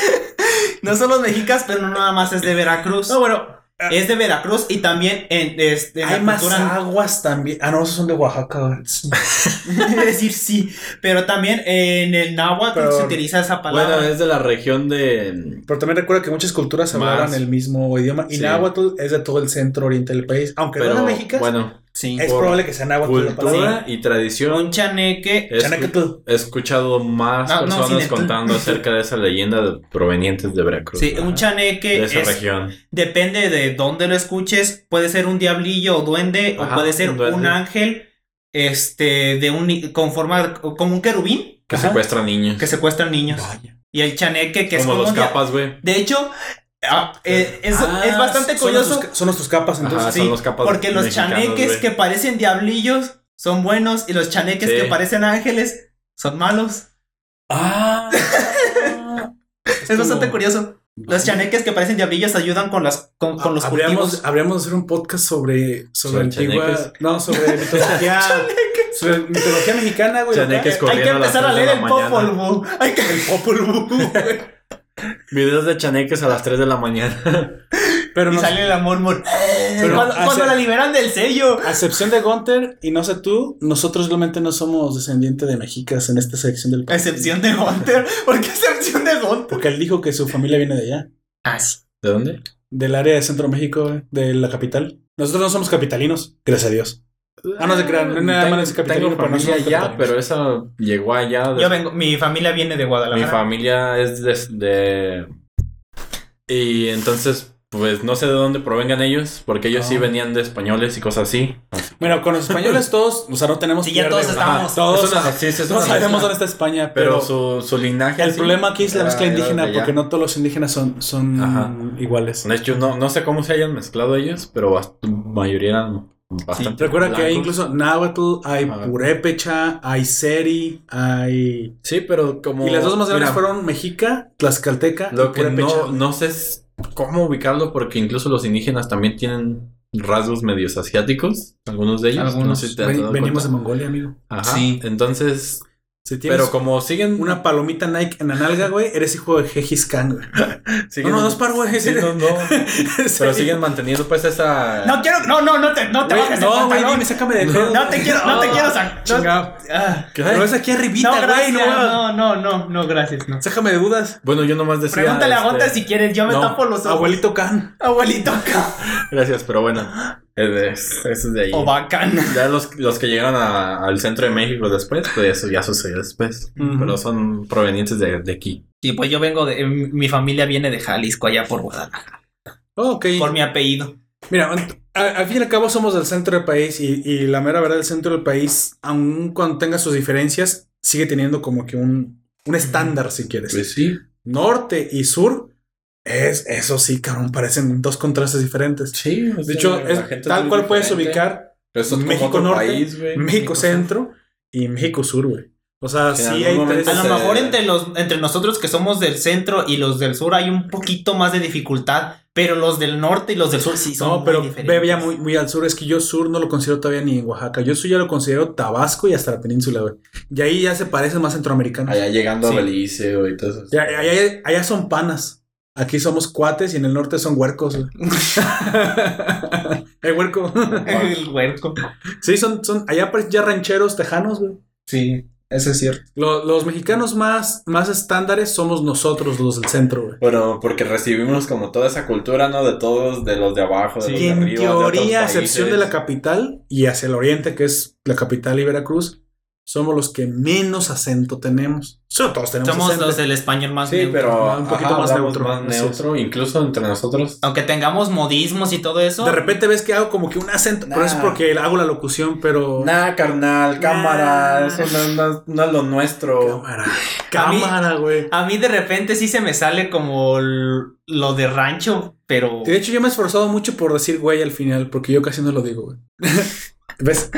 [SPEAKER 3] No son los mexicas, pero no nada más es de Veracruz.
[SPEAKER 2] No, bueno, ah.
[SPEAKER 3] Es de Veracruz y también en, este, en
[SPEAKER 2] hay
[SPEAKER 3] la
[SPEAKER 2] más
[SPEAKER 3] cultura.
[SPEAKER 2] aguas también. Ah, no, esos son de Oaxaca, güey.
[SPEAKER 3] Es decir, sí. Pero también en el náhuatl
[SPEAKER 2] Pero-
[SPEAKER 3] se utiliza esa palabra.
[SPEAKER 4] bueno, es de la región de.
[SPEAKER 2] Pero también recuerda que muchas culturas
[SPEAKER 4] Más.
[SPEAKER 2] hablaban el mismo idioma. Y
[SPEAKER 4] Sí.
[SPEAKER 2] náhuatl es de todo el centro oriente del país. Aunque no
[SPEAKER 4] Pero,
[SPEAKER 2] de México,
[SPEAKER 4] bueno,
[SPEAKER 3] sí.
[SPEAKER 2] es
[SPEAKER 4] por
[SPEAKER 2] probable que sea náhuatl la palabra.
[SPEAKER 4] cultura y tradición.
[SPEAKER 3] Un chaneque.
[SPEAKER 4] Es-
[SPEAKER 2] Chanacatl.
[SPEAKER 4] He escuchado más
[SPEAKER 3] No, no,
[SPEAKER 4] personas
[SPEAKER 3] sin el-
[SPEAKER 4] contando acerca de esa leyenda de- provenientes de Veracruz.
[SPEAKER 3] Sí,
[SPEAKER 4] Ajá.
[SPEAKER 3] un chaneque
[SPEAKER 4] de esa
[SPEAKER 3] es,
[SPEAKER 4] región.
[SPEAKER 3] depende de dónde lo escuches. Puede ser un diablillo o duende,
[SPEAKER 4] Ajá,
[SPEAKER 3] o puede ser
[SPEAKER 4] un duende.
[SPEAKER 3] un ángel, este, de un con forma como un querubín
[SPEAKER 4] Que
[SPEAKER 2] Ajá.
[SPEAKER 4] secuestra niños.
[SPEAKER 3] que secuestra niños. Y el chaneque que es
[SPEAKER 4] como los
[SPEAKER 3] un dia-
[SPEAKER 4] capas, güey.
[SPEAKER 3] De hecho, ah, eh, es,
[SPEAKER 2] Ah,
[SPEAKER 3] es bastante
[SPEAKER 2] son los
[SPEAKER 3] curioso
[SPEAKER 2] tus- Son los tus capas, entonces.
[SPEAKER 4] Ajá,
[SPEAKER 3] sí,
[SPEAKER 4] son los capas
[SPEAKER 3] porque los
[SPEAKER 4] mexicanos,
[SPEAKER 3] chaneques
[SPEAKER 4] güey.
[SPEAKER 3] que parecen diablillos son buenos y los chaneques
[SPEAKER 4] Sí.
[SPEAKER 3] que parecen ángeles son malos.
[SPEAKER 2] Ah.
[SPEAKER 3] Es, bastante curioso. Los chaneques que parecen diablillos ayudan con las con, con los
[SPEAKER 2] Ah, habríamos,
[SPEAKER 3] cultivos.
[SPEAKER 2] habríamos de hacer un podcast sobre, sobre
[SPEAKER 4] Sobre
[SPEAKER 2] antigua.
[SPEAKER 4] chaneques.
[SPEAKER 2] No, sobre mitología. sobre mitología mexicana, güey.
[SPEAKER 4] Chaneques
[SPEAKER 2] acá.
[SPEAKER 3] Hay que
[SPEAKER 4] corriendo las
[SPEAKER 3] empezar a
[SPEAKER 4] tres de
[SPEAKER 3] leer
[SPEAKER 4] la
[SPEAKER 3] el
[SPEAKER 4] mañana.
[SPEAKER 3] Popol Vuh. Hay que
[SPEAKER 2] El Popol Vuh, güey.
[SPEAKER 4] Videos de chaneques a las 3 de la mañana.
[SPEAKER 2] Pero
[SPEAKER 3] y
[SPEAKER 2] no.
[SPEAKER 3] sale el amor mor.
[SPEAKER 2] Pero-
[SPEAKER 3] cuando
[SPEAKER 2] ah,
[SPEAKER 3] cuando
[SPEAKER 2] sí.
[SPEAKER 3] la liberan del sello.
[SPEAKER 2] A excepción de Gunter y no sé tú, nosotros realmente no somos descendientes de mexicas en esta sección del
[SPEAKER 3] A excepción de Hunter. ¿Por qué excepción de Hunter?
[SPEAKER 2] Porque él dijo que su familia viene de allá,
[SPEAKER 3] Ah, sí.
[SPEAKER 4] ¿De dónde?
[SPEAKER 2] del área de Centro México, güey, de la capital. Nosotros no somos capitalinos, gracias a Dios. Ah, no se crean, no es nada
[SPEAKER 4] Tengo-
[SPEAKER 2] malo ese capitalino,
[SPEAKER 4] Tengo
[SPEAKER 2] pero no
[SPEAKER 4] familia
[SPEAKER 2] somos
[SPEAKER 4] allá,
[SPEAKER 2] capitalinos.
[SPEAKER 4] pero esa llegó allá. de-
[SPEAKER 3] Yo vengo, mi familia viene de
[SPEAKER 4] Mi
[SPEAKER 3] Guadalajara.
[SPEAKER 4] familia es de, de- Y entonces, pues no sé de dónde provengan ellos, porque ellos sí
[SPEAKER 2] Ah.
[SPEAKER 4] venían de españoles y cosas así.
[SPEAKER 2] Bueno, con los españoles todos, o sea, no tenemos.
[SPEAKER 3] Sí, ya
[SPEAKER 2] pierde,
[SPEAKER 3] todos
[SPEAKER 2] güey.
[SPEAKER 3] estamos-
[SPEAKER 2] Ajá, Todos.
[SPEAKER 4] Es una- sí, sí, es
[SPEAKER 2] No
[SPEAKER 4] una-
[SPEAKER 2] sabemos dónde está España, pero,
[SPEAKER 4] Pero su, su linaje.
[SPEAKER 2] el
[SPEAKER 4] sí,
[SPEAKER 2] problema aquí es la
[SPEAKER 4] era-
[SPEAKER 2] mezcla
[SPEAKER 4] era de
[SPEAKER 2] indígena,
[SPEAKER 4] allá.
[SPEAKER 2] porque no todos los indígenas son, son
[SPEAKER 4] Ajá.
[SPEAKER 2] iguales.
[SPEAKER 4] De hecho, no, no sé cómo se hayan mezclado ellos, pero bast- mayoría eran bastante.
[SPEAKER 2] Recuerda que hay
[SPEAKER 4] blancos.
[SPEAKER 2] incluso náhuatl, hay
[SPEAKER 4] Ajá.
[SPEAKER 2] purépecha, hay seri, hay
[SPEAKER 4] Sí, pero como.
[SPEAKER 2] Y las dos más grandes
[SPEAKER 4] mira,
[SPEAKER 2] fueron Mexica, Tlaxcalteca y
[SPEAKER 4] Lo que
[SPEAKER 2] Purépecha.
[SPEAKER 4] no, no sé es cómo ubicarlo, porque incluso los indígenas también tienen rasgos medios asiáticos, algunos de ellos.
[SPEAKER 3] Algunos.
[SPEAKER 4] No sé si te has
[SPEAKER 2] Ven-
[SPEAKER 4] dado
[SPEAKER 2] venimos de
[SPEAKER 4] cuenta.
[SPEAKER 2] Mongolia, amigo.
[SPEAKER 4] Ajá.
[SPEAKER 3] Sí.
[SPEAKER 4] Entonces,
[SPEAKER 2] Si tienes
[SPEAKER 4] Pero como siguen
[SPEAKER 2] una palomita Nike en la nalga, güey, eres hijo de Gengis Khan, güey. No,
[SPEAKER 4] siguen-
[SPEAKER 2] no, no es par, güey.
[SPEAKER 4] sí, no, no. Pero siguen manteniendo pues esa
[SPEAKER 3] No quiero, no, no, no te, no te
[SPEAKER 2] Güey,
[SPEAKER 3] bajes el
[SPEAKER 2] no, güey,
[SPEAKER 3] pantalón.
[SPEAKER 2] dime, sácame de pedo.
[SPEAKER 3] No te quiero, no te quiero sacar.
[SPEAKER 2] Chingado. Pero es aquí
[SPEAKER 3] No,
[SPEAKER 2] arribita, güey.
[SPEAKER 3] gracias.
[SPEAKER 2] No,
[SPEAKER 3] No, no, no, no, gracias. No.
[SPEAKER 2] Sácame de dudas.
[SPEAKER 4] Bueno, yo nomás decía
[SPEAKER 3] Pregúntale a
[SPEAKER 4] este,
[SPEAKER 3] Gunter si quieres, yo me
[SPEAKER 4] no,
[SPEAKER 3] tapo los ojos.
[SPEAKER 2] Abuelito Khan.
[SPEAKER 3] Abuelito.
[SPEAKER 4] Gracias, pero bueno. Es de, es- es de ahí.
[SPEAKER 3] O bacana.
[SPEAKER 4] Ya los, los que llegaron a- al centro de México después, pues eso ya sucedió después.
[SPEAKER 2] Ujú.
[SPEAKER 4] Pero son provenientes de, de aquí.
[SPEAKER 6] Y pues yo vengo de. eh, Mi familia viene de Jalisco, allá por Guadalajara.
[SPEAKER 2] Oh, ok.
[SPEAKER 6] Por mi apellido.
[SPEAKER 2] Mira, ant- a- al fin y al cabo somos del centro del país y, y la mera verdad, el centro del país, aun cuando tenga sus diferencias, sigue teniendo como que un, un estándar, si quieres.
[SPEAKER 4] Pues sí.
[SPEAKER 2] Norte y sur, es eso sí, cabrón, parecen dos contrastes diferentes.
[SPEAKER 4] Sí.
[SPEAKER 2] De hecho, es- tal cual puedes ubicar México Norte, México
[SPEAKER 6] México
[SPEAKER 2] Centro y México Sur, güey. O sea,
[SPEAKER 4] Sí,
[SPEAKER 2] sí,
[SPEAKER 4] en
[SPEAKER 2] hay
[SPEAKER 4] algún
[SPEAKER 2] tres.
[SPEAKER 4] momento
[SPEAKER 3] A lo
[SPEAKER 4] se-
[SPEAKER 3] mejor entre, los, entre nosotros que somos del centro y los del sur hay un poquito más de dificultad, pero los del norte y los del sur sí son
[SPEAKER 2] No,
[SPEAKER 3] muy
[SPEAKER 2] pero
[SPEAKER 3] diferentes.
[SPEAKER 2] ve ya muy, muy al sur. Es que yo sur no lo considero todavía ni en Oaxaca. Yo sur ya lo considero Tabasco y hasta la península, güey. Y ahí ya se parecen más centroamericanos.
[SPEAKER 4] Allá llegando
[SPEAKER 3] Sí.
[SPEAKER 4] a Belice güey, y todo eso.
[SPEAKER 2] Ya- Allá, allá son panas. Aquí somos cuates y en el norte son huercos, güey. El huerco.
[SPEAKER 3] El huerco.
[SPEAKER 2] Sí, son, son allá parecen ya rancheros tejanos, güey.
[SPEAKER 3] Sí, eso es cierto.
[SPEAKER 2] Lo- los mexicanos más, más estándares somos nosotros, los del centro, güey.
[SPEAKER 4] Bueno, porque recibimos como toda esa cultura, ¿no? De todos, de los de abajo, de los
[SPEAKER 2] Y
[SPEAKER 4] de
[SPEAKER 2] en
[SPEAKER 4] arriba, de otros
[SPEAKER 2] teoría, a excepción de
[SPEAKER 4] países.
[SPEAKER 2] la capital y hacia el oriente, que es la capital y Veracruz, somos los que menos acento tenemos. Sí, todos tenemos
[SPEAKER 3] Somos
[SPEAKER 2] acento.
[SPEAKER 3] los del español más
[SPEAKER 4] Sí,
[SPEAKER 3] neutro.
[SPEAKER 4] pero
[SPEAKER 2] Ajá, un poquito
[SPEAKER 4] ajá,
[SPEAKER 2] más
[SPEAKER 4] hablamos
[SPEAKER 2] neutro,
[SPEAKER 4] más
[SPEAKER 2] así es.
[SPEAKER 4] neutro, incluso entre nosotros.
[SPEAKER 3] Aunque tengamos modismos y todo eso.
[SPEAKER 2] De repente ves que hago como que un acento, pero eso es
[SPEAKER 4] Nah.
[SPEAKER 2] porque hago la locución, pero...
[SPEAKER 4] Nah, carnal,
[SPEAKER 2] Nah.
[SPEAKER 4] cámara, eso no, no- no es lo nuestro.
[SPEAKER 2] Cámara.
[SPEAKER 3] A mí-
[SPEAKER 2] Cámara, güey.
[SPEAKER 3] A mí de repente sí se me sale como l- lo de rancho, pero...
[SPEAKER 2] De hecho, yo me he esforzado mucho por decir güey al final, porque yo casi no lo digo, güey. ¿Ves?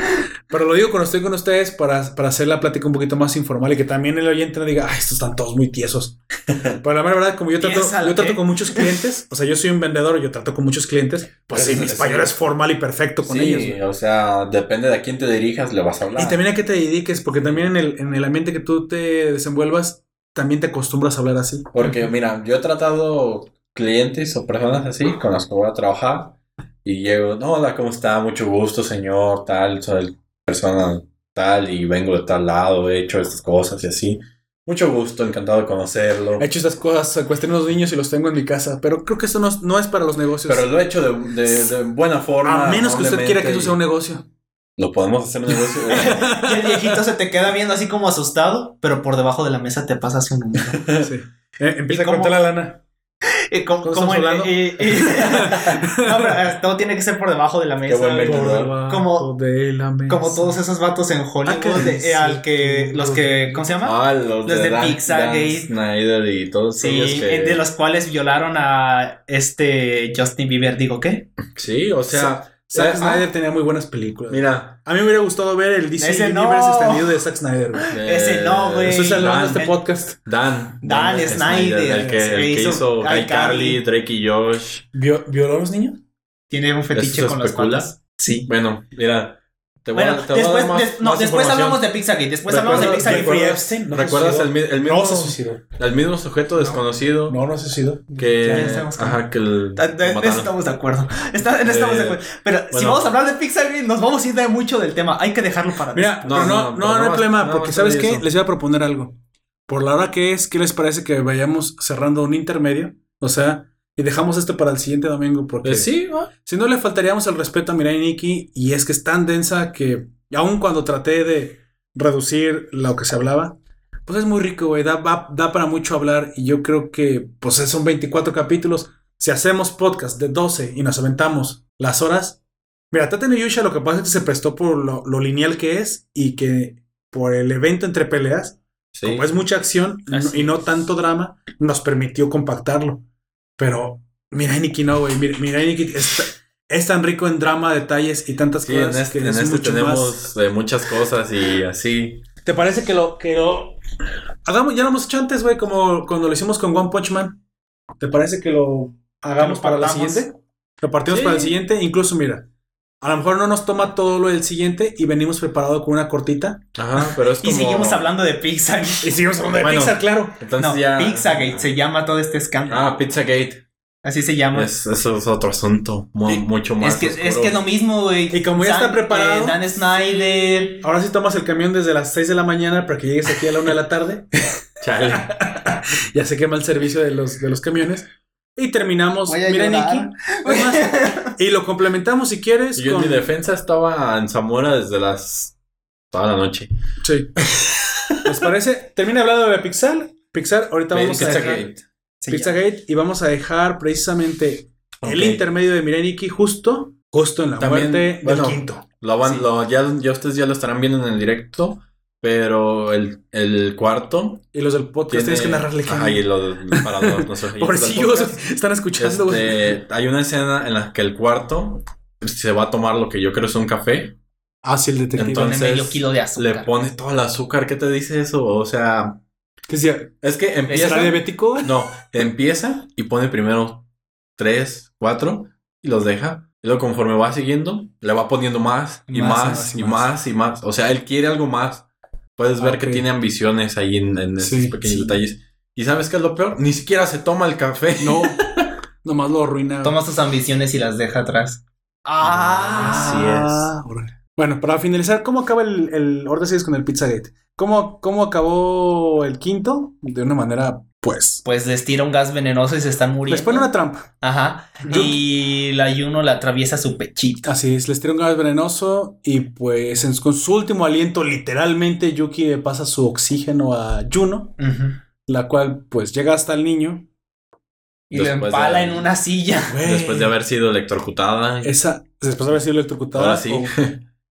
[SPEAKER 2] Pero lo digo cuando estoy con ustedes para, para hacer la plática un poquito más informal y que también el oyente no diga, ay, estos están todos muy tiesos. Pero la mera verdad, como yo trato,
[SPEAKER 3] Piénsale.
[SPEAKER 2] yo trato con muchos clientes, o sea, yo soy un vendedor, yo trato con muchos clientes, pues
[SPEAKER 4] Pero
[SPEAKER 2] sí, mi
[SPEAKER 4] sí.
[SPEAKER 2] español es formal y perfecto con
[SPEAKER 4] Sí,
[SPEAKER 2] ellos. güey.
[SPEAKER 4] o sea, depende de a quién te dirijas, le vas a hablar.
[SPEAKER 2] Y también a qué te dediques, porque también en el, en el ambiente que tú te desenvuelvas, también te acostumbras a hablar así.
[SPEAKER 4] Porque, mira, yo he tratado clientes o personas así con las que voy a trabajar y llego, no, hola, ¿cómo está? Mucho gusto, señor, tal, soy persona tal y vengo de tal lado, he hecho estas cosas y así. Mucho gusto, encantado de conocerlo.
[SPEAKER 2] He hecho estas cosas, secuestré unos niños y los tengo en mi casa, pero creo que eso no, no es para los negocios.
[SPEAKER 4] Pero lo he hecho de, de- de buena forma.
[SPEAKER 2] a menos que usted quiera que eso sea un
[SPEAKER 4] un...
[SPEAKER 2] negocio.
[SPEAKER 4] Lo podemos hacer un negocio.
[SPEAKER 3] Y el viejito se te queda viendo así como asustado, pero por debajo de la mesa te pasas un número.
[SPEAKER 2] Sí. Eh, empieza
[SPEAKER 3] ¿Y cómo-
[SPEAKER 2] a contar la lana.
[SPEAKER 3] Eh, co-
[SPEAKER 2] ¿Cómo
[SPEAKER 3] como
[SPEAKER 2] estamos
[SPEAKER 3] en- eh, eh, no, pero eh, todo tiene que ser por debajo de la mesa.
[SPEAKER 4] buen
[SPEAKER 3] güey.
[SPEAKER 4] Por vendedor.
[SPEAKER 2] debajo
[SPEAKER 3] como-
[SPEAKER 2] de la mesa.
[SPEAKER 3] como todos esos vatos en
[SPEAKER 2] Ah, qué
[SPEAKER 3] Hollywood, de- eh, al que
[SPEAKER 2] delicioso.
[SPEAKER 3] los que ¿cómo se llama?
[SPEAKER 4] Ah, los,
[SPEAKER 3] Los de
[SPEAKER 4] Dan-
[SPEAKER 3] Pixargate.
[SPEAKER 4] Dan Snyder y todos ellos
[SPEAKER 3] sí,
[SPEAKER 4] que-
[SPEAKER 3] eh, de los cuales violaron a este Justin Bieber, digo qué?
[SPEAKER 4] Sí, o sea...
[SPEAKER 2] Zack
[SPEAKER 4] eh,
[SPEAKER 2] Snyder tenía muy buenas películas.
[SPEAKER 4] Mira.
[SPEAKER 2] A mí me hubiera gustado ver el DC
[SPEAKER 3] Ese no.
[SPEAKER 2] Universe extendido de Zack Snyder. güey.
[SPEAKER 3] Ese
[SPEAKER 4] eh,
[SPEAKER 3] no, güey.
[SPEAKER 2] Eso es el
[SPEAKER 4] Dan-
[SPEAKER 2] de este podcast.
[SPEAKER 4] Dan.
[SPEAKER 3] Dan Snyder,
[SPEAKER 4] El que, el que hizo, iCarly, Drake y Josh.
[SPEAKER 2] ¿Vio- ¿Violó a los niños?
[SPEAKER 3] Tiene un fetiche
[SPEAKER 4] ¿Eso se
[SPEAKER 3] con los
[SPEAKER 4] especula?
[SPEAKER 3] patas. Sí.
[SPEAKER 4] Bueno, mira. Te voy a-
[SPEAKER 3] Bueno,
[SPEAKER 4] te voy a dar
[SPEAKER 3] después,
[SPEAKER 4] más-
[SPEAKER 3] des- no,
[SPEAKER 4] más
[SPEAKER 3] después
[SPEAKER 4] información.
[SPEAKER 3] hablamos de Pizzagate, después Pues hablamos de
[SPEAKER 4] Recuerda-
[SPEAKER 3] Pizzagate
[SPEAKER 4] recuerda-
[SPEAKER 3] Free
[SPEAKER 2] Jeffrey
[SPEAKER 3] Epstein.
[SPEAKER 2] Epstein no se
[SPEAKER 4] ¿Recuerdas
[SPEAKER 2] suicidó.
[SPEAKER 4] el, mi- el mismo,
[SPEAKER 2] No se suicidó.
[SPEAKER 4] el mismo sujeto desconocido
[SPEAKER 2] No, no se suicidó.
[SPEAKER 4] que...
[SPEAKER 3] Ya estamos con-
[SPEAKER 4] Ajá, que el...
[SPEAKER 3] Ta- de-
[SPEAKER 4] lo
[SPEAKER 3] de eso
[SPEAKER 4] mataron.
[SPEAKER 3] estamos de acuerdo. Está- en eso estamos de
[SPEAKER 4] Eh,
[SPEAKER 3] acuerdo. Pero si
[SPEAKER 4] bueno.
[SPEAKER 3] vamos a hablar de Pixar, nos vamos a ir de mucho del tema. Hay que dejarlo para
[SPEAKER 2] Mira,
[SPEAKER 4] No,
[SPEAKER 2] pero no, no,
[SPEAKER 4] no,
[SPEAKER 2] no,
[SPEAKER 4] pero
[SPEAKER 2] hay
[SPEAKER 4] no,
[SPEAKER 2] problema,
[SPEAKER 4] no,
[SPEAKER 2] porque
[SPEAKER 4] no
[SPEAKER 2] ¿sabes
[SPEAKER 4] de
[SPEAKER 2] qué?
[SPEAKER 4] eso.
[SPEAKER 2] Les voy a proponer algo. Por la hora que es, ¿qué les parece que vayamos cerrando un intermedio? O sea, y dejamos esto para el siguiente domingo, porque
[SPEAKER 4] Eh, sí, ¿no?
[SPEAKER 2] si no le faltaríamos el respeto a Mirai Nikki, y es que es tan densa que, aun cuando traté de reducir lo que se hablaba, pues es muy rico, güey, da, va- da para mucho hablar, y yo creo que, pues son 24 capítulos. Si hacemos podcast de 12 y nos aventamos las horas, Mira, Tate Yusha lo que pasa es que se prestó por lo, lo lineal que es y que por el evento entre peleas,
[SPEAKER 4] Sí.
[SPEAKER 2] como es mucha acción no-
[SPEAKER 6] Así
[SPEAKER 2] y no tanto drama, nos permitió compactarlo. Pero mira, Nikki no, güey. Mira, mira Nikki es, ta- es tan rico en drama, detalles y tantas
[SPEAKER 4] Sí, en
[SPEAKER 2] cosas
[SPEAKER 4] este,
[SPEAKER 2] que
[SPEAKER 4] en
[SPEAKER 2] es
[SPEAKER 4] este
[SPEAKER 2] mucho más.
[SPEAKER 4] tenemos eh, muchas cosas y así.
[SPEAKER 2] ¿Te parece que lo que lo hagamos? Ya lo hemos hecho antes, güey, como cuando lo hicimos con One Punch Man. ¿Te parece que lo hagamos
[SPEAKER 3] Que lo
[SPEAKER 2] para la
[SPEAKER 3] partamos.
[SPEAKER 2] siguiente? Lo partimos
[SPEAKER 4] Sí.
[SPEAKER 2] para el siguiente, incluso mira. A lo mejor no nos toma todo lo del siguiente y venimos preparado con una cortita.
[SPEAKER 4] Ajá, pero es
[SPEAKER 3] Y
[SPEAKER 4] como...
[SPEAKER 3] seguimos hablando de Pixar.
[SPEAKER 2] Y seguimos hablando de
[SPEAKER 4] Bueno.
[SPEAKER 2] Pixar, claro.
[SPEAKER 4] Entonces
[SPEAKER 3] No,
[SPEAKER 4] ya...
[SPEAKER 3] Pizzagate se llama todo este escándalo.
[SPEAKER 4] Ah, Pizzagate.
[SPEAKER 3] Así se llama. Es,
[SPEAKER 4] Es, eso es otro asunto mu-
[SPEAKER 2] Y-
[SPEAKER 4] mucho más
[SPEAKER 3] que es
[SPEAKER 4] oscuro.
[SPEAKER 3] que es lo mismo, güey.
[SPEAKER 2] Y como ya está
[SPEAKER 3] Dan-
[SPEAKER 2] preparado-
[SPEAKER 3] eh, Dan Snyder.
[SPEAKER 2] Ahora sí tomas el camión desde las 6 de la mañana para que llegues aquí a la 1 de la tarde.
[SPEAKER 4] Chale.
[SPEAKER 2] ya se quema el servicio de los, de los camiones. Y terminamos.
[SPEAKER 3] Voy a
[SPEAKER 2] Mira,
[SPEAKER 3] llorar.
[SPEAKER 2] Nikki. Es más, Y lo complementamos si quieres.
[SPEAKER 4] Yo en
[SPEAKER 2] con-
[SPEAKER 4] mi defensa estaba en Zamora desde las. toda la noche.
[SPEAKER 2] Sí. ¿Les parece? Termina hablando de Pixar. Pixar, ahorita vamos a dejar
[SPEAKER 4] Pizzagate.
[SPEAKER 2] Pizzagate y vamos a dejar precisamente el intermedio de Mireniki justo, justo en la
[SPEAKER 4] También,
[SPEAKER 2] muerte
[SPEAKER 4] bueno,
[SPEAKER 2] del quinto.
[SPEAKER 4] Lo van,
[SPEAKER 3] Sí.
[SPEAKER 4] lo- ya, ya ustedes ya lo estarán viendo en el directo, pero el, el cuarto.
[SPEAKER 2] Y los del podcast Pues tienes que narrarle que
[SPEAKER 4] Ay, lo del parador, no sé.
[SPEAKER 2] Pobrecillos, están escuchando, güey.
[SPEAKER 4] Este, hay una escena en la que el cuarto se va a tomar lo que yo creo es un café.
[SPEAKER 2] Ah, sí, el detective.
[SPEAKER 4] entonces,
[SPEAKER 6] Ponle medio kilo de
[SPEAKER 4] Le
[SPEAKER 6] azúcar.
[SPEAKER 4] pone todo el azúcar. ¿Qué te dice eso? O sea,
[SPEAKER 2] ¿Qué decía?
[SPEAKER 4] es que empieza.
[SPEAKER 2] ¿Será diabético?
[SPEAKER 4] No, empieza y pone primero tres, cuatro y los deja. Y luego conforme va siguiendo, le va poniendo más y
[SPEAKER 3] Más,
[SPEAKER 4] más,
[SPEAKER 2] más,
[SPEAKER 4] y
[SPEAKER 2] más.
[SPEAKER 4] más. y más. O sea, él quiere algo más. Puedes ver
[SPEAKER 2] Ah,
[SPEAKER 4] que
[SPEAKER 2] ok.
[SPEAKER 4] tiene ambiciones ahí en, en
[SPEAKER 2] Sí,
[SPEAKER 4] esos pequeños
[SPEAKER 2] sí.
[SPEAKER 4] detalles. ¿Y sabes qué es lo peor? Ni siquiera se toma el café.
[SPEAKER 2] No, nomás lo arruina.
[SPEAKER 3] Toma sus ambiciones y las deja atrás.
[SPEAKER 2] Ah, órale. Bueno, para finalizar, ¿cómo acaba el, el ahorita sigues con el Pizzagate? ¿Cómo, ¿Cómo acabó el quinto? De una manera, pues.
[SPEAKER 6] Pues les tira un gas venenoso y se están muriendo.
[SPEAKER 2] Les pone una trampa.
[SPEAKER 6] Ajá.
[SPEAKER 2] Yo-
[SPEAKER 6] Y la Yuno la atraviesa su pechito.
[SPEAKER 2] Así es, les tira un gas venenoso y pues en- con su último aliento, literalmente, Yuki le pasa su oxígeno a Juno,
[SPEAKER 6] Ujú.
[SPEAKER 2] la cual pues llega hasta el niño.
[SPEAKER 6] Y lo
[SPEAKER 4] Después de-
[SPEAKER 6] empala en una silla.
[SPEAKER 2] Güey,
[SPEAKER 4] Después de haber sido electrocutada.
[SPEAKER 2] Esa, después de haber sido electrocutada.
[SPEAKER 4] Ahora sí.
[SPEAKER 2] o-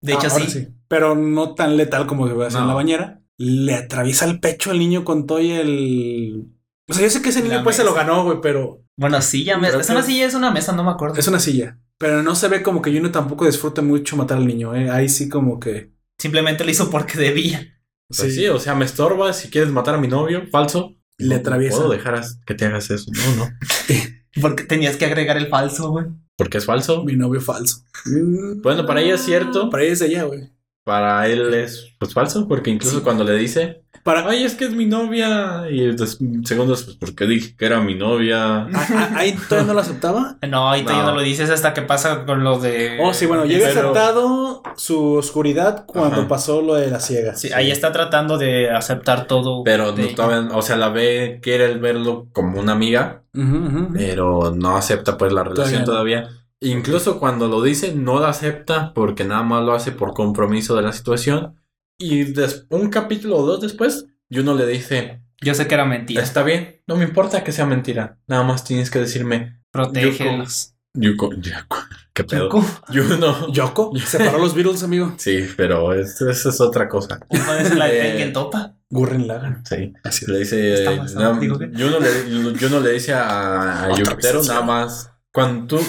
[SPEAKER 6] De hecho,
[SPEAKER 2] Ah, ahora
[SPEAKER 6] sí.
[SPEAKER 2] Pero no tan letal como se ve así
[SPEAKER 4] No.
[SPEAKER 2] en la bañera. Le atraviesa el pecho al niño con todo y el. O sea, yo sé que ese niño
[SPEAKER 6] La
[SPEAKER 2] pues se lo
[SPEAKER 6] mesa.
[SPEAKER 2] ganó, güey, pero
[SPEAKER 6] Bueno, silla. me-
[SPEAKER 2] Creo
[SPEAKER 6] Es
[SPEAKER 2] que
[SPEAKER 6] una
[SPEAKER 2] es-
[SPEAKER 6] silla, es una mesa, no me acuerdo.
[SPEAKER 2] es una silla. Pero no se ve como que Juno tampoco disfrute mucho matar al niño, ¿eh? Ahí sí, como que.
[SPEAKER 6] Simplemente lo hizo porque debía.
[SPEAKER 4] Pues sí. o sea, me estorbas si quieres matar a mi novio, falso.
[SPEAKER 2] Le
[SPEAKER 4] No
[SPEAKER 2] atraviesa.
[SPEAKER 4] Puedo dejar as- que te hagas eso. No, no.
[SPEAKER 6] Porque tenías que agregar el falso, güey.
[SPEAKER 4] Porque es falso.
[SPEAKER 2] Mi novio falso.
[SPEAKER 6] Mm.
[SPEAKER 4] Bueno, para ella es cierto.
[SPEAKER 2] Para ella es allá, güey.
[SPEAKER 4] Para él es pues falso, porque incluso cuando le dice,
[SPEAKER 2] Para.
[SPEAKER 4] ay, es que es mi novia, y des- segundos, pues porque dije que era mi novia.
[SPEAKER 2] a- a- Ahí todavía no lo aceptaba.
[SPEAKER 6] No, ahorita
[SPEAKER 4] No.
[SPEAKER 6] ya no lo dices hasta que pasa con lo de.
[SPEAKER 2] Oh, sí, bueno, ya había
[SPEAKER 4] Pero-
[SPEAKER 2] aceptado su oscuridad cuando
[SPEAKER 4] Ajá.
[SPEAKER 2] pasó lo de la ciega.
[SPEAKER 6] Sí, ahí está tratando de aceptar todo.
[SPEAKER 4] Pero
[SPEAKER 6] de-
[SPEAKER 4] no, todavía- o sea, la ve, quiere él verlo como una amiga,
[SPEAKER 2] Ujú, ujú.
[SPEAKER 6] Eh,
[SPEAKER 4] pero no acepta pues la relación
[SPEAKER 2] Todavía
[SPEAKER 4] todavía. Incluso cuando lo dice, no la acepta porque nada más lo hace por compromiso de la situación. Y des- un capítulo o dos después, y uno le dice,
[SPEAKER 6] Yo sé que era mentira.
[SPEAKER 4] está bien, no me importa que sea mentira, nada más tienes que decirme,
[SPEAKER 6] Protégelos.
[SPEAKER 4] Yuko, Yuko, qué pedo.
[SPEAKER 6] Yuko.
[SPEAKER 4] Yuno.
[SPEAKER 2] Yoko separó los Beatles, amigo.
[SPEAKER 4] Sí, pero es- esa es otra cosa.
[SPEAKER 6] Una vez la de
[SPEAKER 4] Eh,
[SPEAKER 6] Tengen Topa.
[SPEAKER 2] Gurren Lagan.
[SPEAKER 4] Sí.
[SPEAKER 2] Así
[SPEAKER 4] Le dice.
[SPEAKER 6] Está más
[SPEAKER 4] no,
[SPEAKER 6] antiguo que-
[SPEAKER 4] Yuno le, Yuno le dice a, a
[SPEAKER 2] Otra
[SPEAKER 4] Yukitero
[SPEAKER 2] vez,
[SPEAKER 4] nada más. Cuando tú.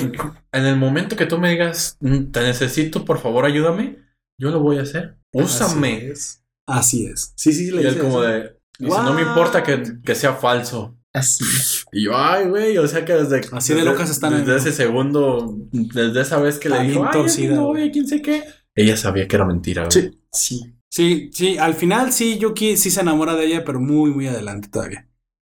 [SPEAKER 4] En el momento que tú me digas, "Mm, te necesito, por favor, ayúdame, yo lo voy a hacer. Úsame.
[SPEAKER 2] es. Así es. Sí, Ah, sí,
[SPEAKER 4] Y
[SPEAKER 2] le
[SPEAKER 4] él,
[SPEAKER 2] dice
[SPEAKER 4] como
[SPEAKER 2] eso.
[SPEAKER 4] de. Dice, no me
[SPEAKER 2] What?
[SPEAKER 4] importa que, que sea falso.
[SPEAKER 6] Así.
[SPEAKER 4] Y yo, ay, güey, o sea que desde.
[SPEAKER 2] Así de
[SPEAKER 4] desde-
[SPEAKER 2] locas están,
[SPEAKER 4] Desde
[SPEAKER 2] amigo.
[SPEAKER 4] ese segundo, desde esa vez que
[SPEAKER 2] Está
[SPEAKER 4] le
[SPEAKER 2] bien
[SPEAKER 4] dijo, ay, es mi
[SPEAKER 2] torcida, güey".
[SPEAKER 4] novia, quién sé qué. Ella sabía que era mentira, güey.
[SPEAKER 2] Sí. Sí. Sí, sí, al final sí, Yuki sí se enamora de ella, pero muy, muy adelante todavía.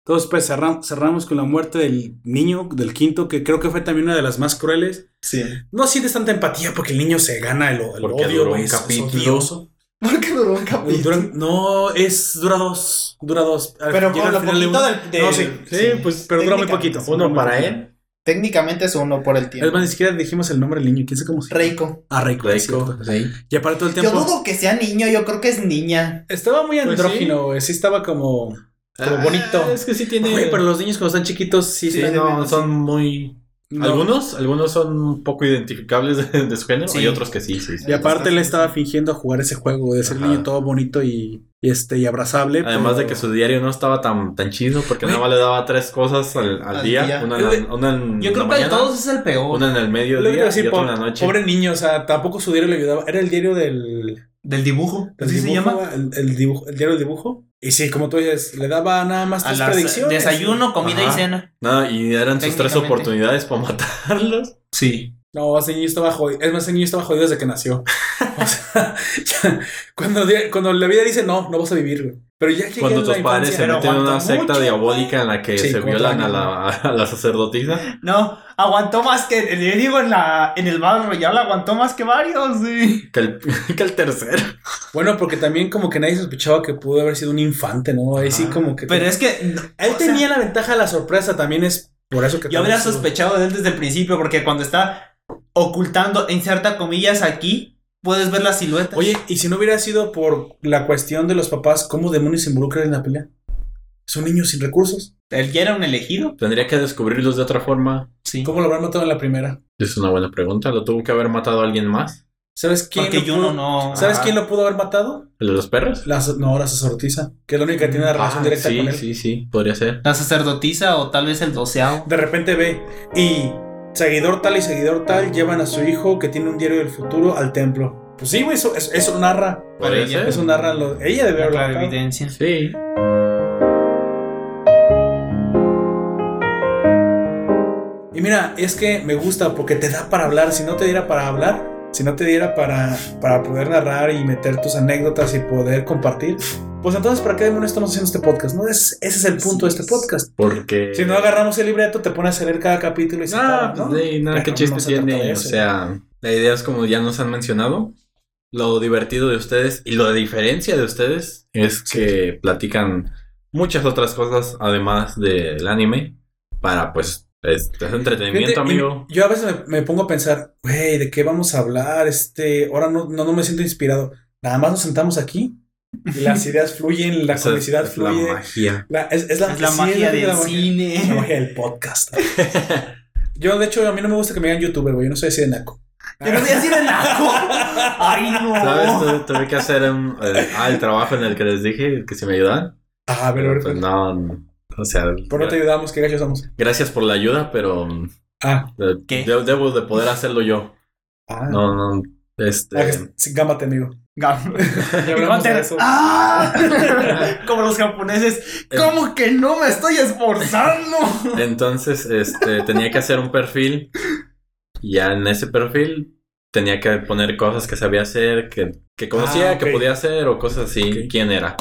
[SPEAKER 2] Entonces, pues cerram- cerramos con la muerte del niño, del quinto, que creo que fue también una de las más crueles.
[SPEAKER 3] Sí.
[SPEAKER 2] No sientes tanta empatía porque el niño se gana el, el
[SPEAKER 4] Porque
[SPEAKER 2] odio,
[SPEAKER 4] duró
[SPEAKER 2] güey.
[SPEAKER 4] un
[SPEAKER 2] es- es
[SPEAKER 4] capítulo.
[SPEAKER 2] odioso.
[SPEAKER 3] Porque duró un
[SPEAKER 2] Dura- no, es, dura dos, dura dos. Al-
[SPEAKER 3] Pero
[SPEAKER 2] llega al
[SPEAKER 3] con lo
[SPEAKER 2] final de
[SPEAKER 3] poquito
[SPEAKER 2] uno.
[SPEAKER 3] del- de-
[SPEAKER 2] No, sí, sí,
[SPEAKER 3] sí.
[SPEAKER 2] pues, pero dura muy
[SPEAKER 3] Técnicamente
[SPEAKER 2] poquito.
[SPEAKER 3] sí,
[SPEAKER 2] Dura
[SPEAKER 4] Uno
[SPEAKER 2] muy
[SPEAKER 4] para
[SPEAKER 2] poquito.
[SPEAKER 4] él,
[SPEAKER 3] Técnicamente es uno por el
[SPEAKER 2] Es
[SPEAKER 3] tiempo.
[SPEAKER 2] más, ni siquiera dijimos el nombre del niño, quién sabe cómo se llama.
[SPEAKER 3] Reiko.
[SPEAKER 2] Ah, Reiko. es
[SPEAKER 4] Reiko,
[SPEAKER 2] cierto.
[SPEAKER 4] sí.
[SPEAKER 2] Y aparte todo el
[SPEAKER 3] Yo
[SPEAKER 2] tiempo.
[SPEAKER 3] dudo que sea niño, yo creo que es niña.
[SPEAKER 2] Estaba muy
[SPEAKER 4] Pues sí.
[SPEAKER 2] andrógino, güey. Sí. estaba como, como bonito.
[SPEAKER 4] Es que sí tiene.
[SPEAKER 2] Güey, pero los niños cuando están chiquitos sí,
[SPEAKER 4] Sí,
[SPEAKER 2] están.
[SPEAKER 4] no, son muy.
[SPEAKER 2] No.
[SPEAKER 4] Algunos, algunos son un poco identificables de, de su género
[SPEAKER 6] Sí.
[SPEAKER 4] y otros que sí, sí, sí.
[SPEAKER 2] Y aparte él estaba fingiendo jugar ese juego de ser
[SPEAKER 4] Ajá.
[SPEAKER 2] niño todo bonito y, y este y abrazable.
[SPEAKER 4] Además
[SPEAKER 2] pero-
[SPEAKER 4] de que su diario no estaba tan, tan chido porque
[SPEAKER 2] Güey.
[SPEAKER 4] nada más le daba tres cosas al, al
[SPEAKER 3] Al
[SPEAKER 4] día.
[SPEAKER 3] día.
[SPEAKER 4] Una, en la- una en
[SPEAKER 6] Yo creo
[SPEAKER 4] la
[SPEAKER 6] que de
[SPEAKER 4] mañana,
[SPEAKER 6] todos es el peor.
[SPEAKER 4] Una en el
[SPEAKER 2] Lo que te iba
[SPEAKER 4] mediodía
[SPEAKER 2] a decir,
[SPEAKER 4] y otra
[SPEAKER 2] po-
[SPEAKER 4] en la noche.
[SPEAKER 2] Pobre niño, o sea, tampoco su diario le ayudaba. Era el diario del.
[SPEAKER 6] Del dibujo.
[SPEAKER 2] del
[SPEAKER 6] ¿Así se
[SPEAKER 2] dibujo,
[SPEAKER 6] llama?
[SPEAKER 2] El, el dibujo, el diario del dibujo. Y sí, como tú dices, le daba nada más
[SPEAKER 6] A
[SPEAKER 2] tres
[SPEAKER 6] las-
[SPEAKER 2] predicciones.
[SPEAKER 6] desayuno, comida y
[SPEAKER 4] Ajá.
[SPEAKER 6] cena.
[SPEAKER 4] Nada, y eran sus tres
[SPEAKER 6] Técnicamente.
[SPEAKER 4] oportunidades para matarlos.
[SPEAKER 6] Sí.
[SPEAKER 2] No, ese niño estaba jodido. Es más, ese niño estaba jodido desde que nació. O sea, ya- cuando, di- cuando la vida dice no, no vas a vivir, güey. Pero ya llegué
[SPEAKER 4] Cuando
[SPEAKER 2] en la
[SPEAKER 4] tus padres se
[SPEAKER 2] infancia,
[SPEAKER 4] meten en
[SPEAKER 2] aguantó
[SPEAKER 4] una secta
[SPEAKER 2] mucho,
[SPEAKER 4] diabólica en la que
[SPEAKER 2] Sí,
[SPEAKER 4] se
[SPEAKER 2] cuatro
[SPEAKER 4] violan a
[SPEAKER 2] años,
[SPEAKER 4] la, a la sacerdotisa.
[SPEAKER 3] No, aguantó más que. Yo digo, en, la, en el Battle Royale aguantó más que varios, sí.
[SPEAKER 4] Que el, que el tercero.
[SPEAKER 2] Bueno, porque también como que nadie sospechaba que pudo haber sido un infante, ¿no? Ahí sí
[SPEAKER 4] Ajá.
[SPEAKER 2] como que...
[SPEAKER 3] Pero es que.
[SPEAKER 2] Él
[SPEAKER 3] o sea,
[SPEAKER 2] tenía la ventaja de la sorpresa, también es por eso que...
[SPEAKER 3] Yo habría
[SPEAKER 2] también-
[SPEAKER 3] sospechado de él desde el principio, porque cuando está ocultando, inserta comillas aquí, puedes ver las siluetas.
[SPEAKER 2] Oye, ¿y si no hubiera sido por la cuestión de los papás, cómo demonios se involucran en la pelea? Es un niño sin recursos.
[SPEAKER 3] él ya era un elegido.
[SPEAKER 4] Tendría que descubrirlos de otra forma. Sí.
[SPEAKER 2] ¿Cómo lo habrán matado en la primera?
[SPEAKER 4] Es una buena pregunta. ¿Lo tuvo que haber matado alguien más?
[SPEAKER 2] ¿Sabes quién?
[SPEAKER 3] Porque
[SPEAKER 2] lo
[SPEAKER 3] yo
[SPEAKER 2] pudo-
[SPEAKER 3] no, no.
[SPEAKER 2] ¿Sabes
[SPEAKER 4] Ajá.
[SPEAKER 2] quién lo pudo haber matado?
[SPEAKER 4] ¿El de los perros?
[SPEAKER 2] La, so- no, la sacertisa, que es la única que tiene una relación
[SPEAKER 4] Ah,
[SPEAKER 2] directa
[SPEAKER 4] sí,
[SPEAKER 2] con él.
[SPEAKER 4] sí, sí. Podría ser.
[SPEAKER 3] La sacerdotisa o tal vez el doceavo.
[SPEAKER 2] De repente ve y seguidor tal y seguidor tal llevan a su hijo que tiene un diario del futuro al templo. Pues sí, güey, eso, eso, eso narra.
[SPEAKER 3] Para
[SPEAKER 4] Podría
[SPEAKER 3] ella.
[SPEAKER 4] ser.
[SPEAKER 2] Eso narra lo. Ella debe
[SPEAKER 3] La
[SPEAKER 2] haberlo matado.
[SPEAKER 3] clarividencia.
[SPEAKER 4] Sí.
[SPEAKER 2] Y mira, es que me gusta porque te da para hablar. Si no te diera para hablar, si no te diera para, para poder narrar y meter tus anécdotas y poder compartir, pues entonces, ¿para qué demonios estamos haciendo este podcast? No, es, ese es el punto de este podcast.
[SPEAKER 4] Porque.
[SPEAKER 2] Si no agarramos el libreto, te pones a leer cada capítulo y se
[SPEAKER 4] Ah,
[SPEAKER 2] acaba,
[SPEAKER 4] pues
[SPEAKER 2] ¿no?
[SPEAKER 4] de ahí nada,
[SPEAKER 2] Pero
[SPEAKER 4] qué
[SPEAKER 2] no
[SPEAKER 4] chiste
[SPEAKER 2] se trata de
[SPEAKER 4] tiene. O
[SPEAKER 2] eso.
[SPEAKER 4] sea, la idea es como ya nos han mencionado. Lo divertido de ustedes y la diferencia de ustedes es que platican muchas otras cosas además del anime para pues este, es entretenimiento,
[SPEAKER 2] Fíjate, y
[SPEAKER 4] amigo.
[SPEAKER 2] Yo a veces me, me pongo a pensar, güey, ¿de qué vamos a hablar? Este, ahora no, no, no me siento inspirado. Nada más nos sentamos aquí y las ideas fluyen, la
[SPEAKER 4] Esa es-
[SPEAKER 2] comicidad
[SPEAKER 4] es la
[SPEAKER 2] fluye.
[SPEAKER 4] magia.
[SPEAKER 2] La- es, es la,
[SPEAKER 3] Ah, Es la
[SPEAKER 2] sí,
[SPEAKER 3] magia
[SPEAKER 2] es
[SPEAKER 3] del
[SPEAKER 2] la magia- la
[SPEAKER 3] cine.
[SPEAKER 2] magia del podcast. Yo, de hecho, a mí no me gusta que me digan youtuber, güey. Yo no soy así de naco.
[SPEAKER 3] Yo no voy a decir el naco. Ay, no.
[SPEAKER 4] ¿Sabes?
[SPEAKER 2] Oh.
[SPEAKER 4] Tu- Tuve que hacer un- el, ah, el trabajo en el que les dije que si me ayudan.
[SPEAKER 2] Ah, pero,
[SPEAKER 4] Pero
[SPEAKER 2] pero,
[SPEAKER 4] pues no, no, o sea,
[SPEAKER 2] ¿por no te ayudamos? ¿Qué gachos somos?
[SPEAKER 4] gracias por la ayuda, pero mm,
[SPEAKER 2] Ah,
[SPEAKER 4] de-
[SPEAKER 3] ¿Qué?
[SPEAKER 4] de- debo de poder hacerlo yo.
[SPEAKER 2] ah.
[SPEAKER 4] No, no, este...
[SPEAKER 2] Ah, que- sí, gámate, amigo. Ya hablamos de
[SPEAKER 3] Gunter,
[SPEAKER 2] eso.
[SPEAKER 3] ¡Ah! Como los japoneses. ¿Cómo que no me estoy esforzando?
[SPEAKER 4] Entonces, este, tenía que hacer un perfil. Y Ya en ese perfil tenía que poner cosas que sabía hacer, que, que conocía,
[SPEAKER 2] Ah, ok.
[SPEAKER 4] que podía hacer o cosas así. ¿Quién era?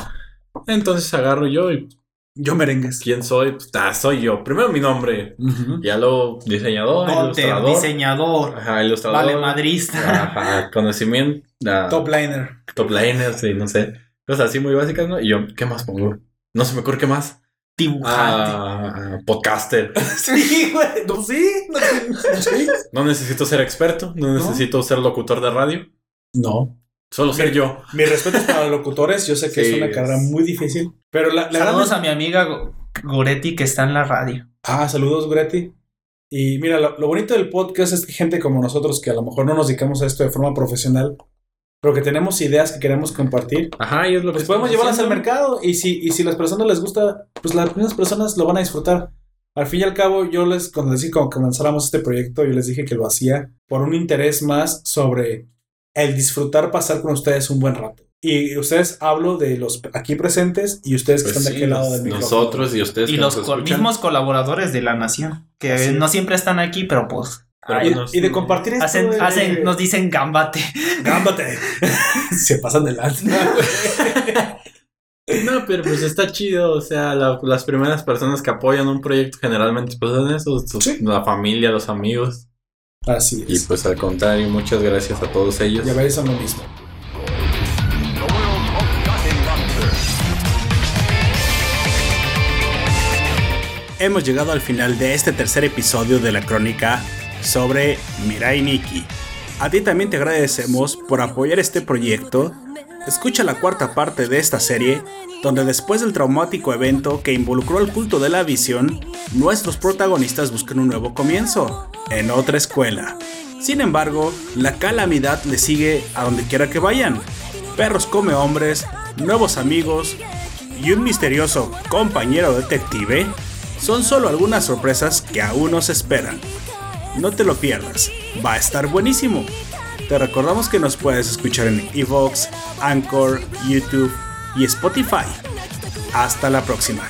[SPEAKER 4] Entonces agarro yo y
[SPEAKER 2] Yo merengues.
[SPEAKER 4] ¿quién soy? Pues, ah, soy yo. Primero mi nombre. Ya lo diseñador,
[SPEAKER 3] Gunter,
[SPEAKER 4] ilustrador.
[SPEAKER 3] diseñador.
[SPEAKER 4] Ajá, ilustrador. Ah.
[SPEAKER 3] Vale, madrista.
[SPEAKER 4] Ajá, conocimiento. ah,
[SPEAKER 2] Top liner.
[SPEAKER 4] top liner, sí, no sé. Cosas así muy básicas, ¿no? Y yo, ¿qué más pongo? No se me ocurre qué más.
[SPEAKER 3] Dibujante.
[SPEAKER 4] Ah, podcaster.
[SPEAKER 2] Sí, güey. No, sí. No, sí.
[SPEAKER 4] No necesito ser experto, no necesito ser locutor de radio,
[SPEAKER 2] no.
[SPEAKER 4] solo ser yo.
[SPEAKER 2] Mis respetos para los locutores. Yo sé que
[SPEAKER 4] Sí,
[SPEAKER 2] es una
[SPEAKER 4] es-
[SPEAKER 2] carrera muy difícil. Pero la, la verdad.
[SPEAKER 3] Saludos a mi amiga Go- Goretti que está en la radio.
[SPEAKER 2] Ah, saludos, Greti. Y mira, lo, lo bonito del podcast es que gente como nosotros, que a lo mejor no nos dedicamos a esto de forma profesional, pero que tenemos ideas que queremos compartir,
[SPEAKER 4] Ajá, y es lo que
[SPEAKER 2] pues podemos
[SPEAKER 4] estamos
[SPEAKER 2] llevarlas al mercado. Y si, y si las personas les gusta, pues las mismas personas lo van a disfrutar. Al fin y al cabo, yo les, cuando les dije cuando comenzáramos este proyecto, yo les dije que lo hacía por un interés más sobre el disfrutar pasar con ustedes un buen rato. Y ustedes hablo de los aquí presentes y ustedes que
[SPEAKER 4] Pues
[SPEAKER 2] están de
[SPEAKER 4] sí,
[SPEAKER 2] aquel lado
[SPEAKER 4] nos-
[SPEAKER 2] del micrófono.
[SPEAKER 4] Nosotros y ustedes.
[SPEAKER 3] Y
[SPEAKER 4] que
[SPEAKER 3] los
[SPEAKER 4] nos
[SPEAKER 3] co-
[SPEAKER 4] escuchan.
[SPEAKER 3] mismos colaboradores de la nación. Que
[SPEAKER 2] Así
[SPEAKER 3] no siempre están aquí, pero pues.
[SPEAKER 4] Pero
[SPEAKER 2] Ah, Y,
[SPEAKER 4] nos-
[SPEAKER 2] y de compartir esto
[SPEAKER 3] Hacen,
[SPEAKER 2] de-
[SPEAKER 3] hacen, nos dicen gambate.
[SPEAKER 2] Gámbate. Se pasan de lanza.
[SPEAKER 4] No, pero pues está chido. O sea, la- las primeras personas que apoyan un proyecto generalmente pues son esos, sus-
[SPEAKER 2] Sí.
[SPEAKER 4] la familia, los amigos.
[SPEAKER 2] Así
[SPEAKER 4] Y
[SPEAKER 2] es.
[SPEAKER 4] pues al contrario, muchas gracias a todos ellos.
[SPEAKER 2] Y a ver, son lo mismo.
[SPEAKER 8] Hemos llegado al final de este tercer episodio de la crónica sobre Mirai Nikki. A ti también te agradecemos por apoyar este proyecto. Escucha la cuarta parte de esta serie, donde después del traumático evento que involucró al culto de la visión, nuestros protagonistas buscan un nuevo comienzo, en otra escuela. Sin embargo, la calamidad les sigue a donde quiera que vayan. Perros come hombres, nuevos amigos, y un misterioso compañero detective son solo algunas sorpresas que aún nos esperan. No te lo pierdas, va a estar buenísimo. Te recordamos que nos puedes escuchar en Evox, Anchor, YouTube y Spotify. Hasta la próxima.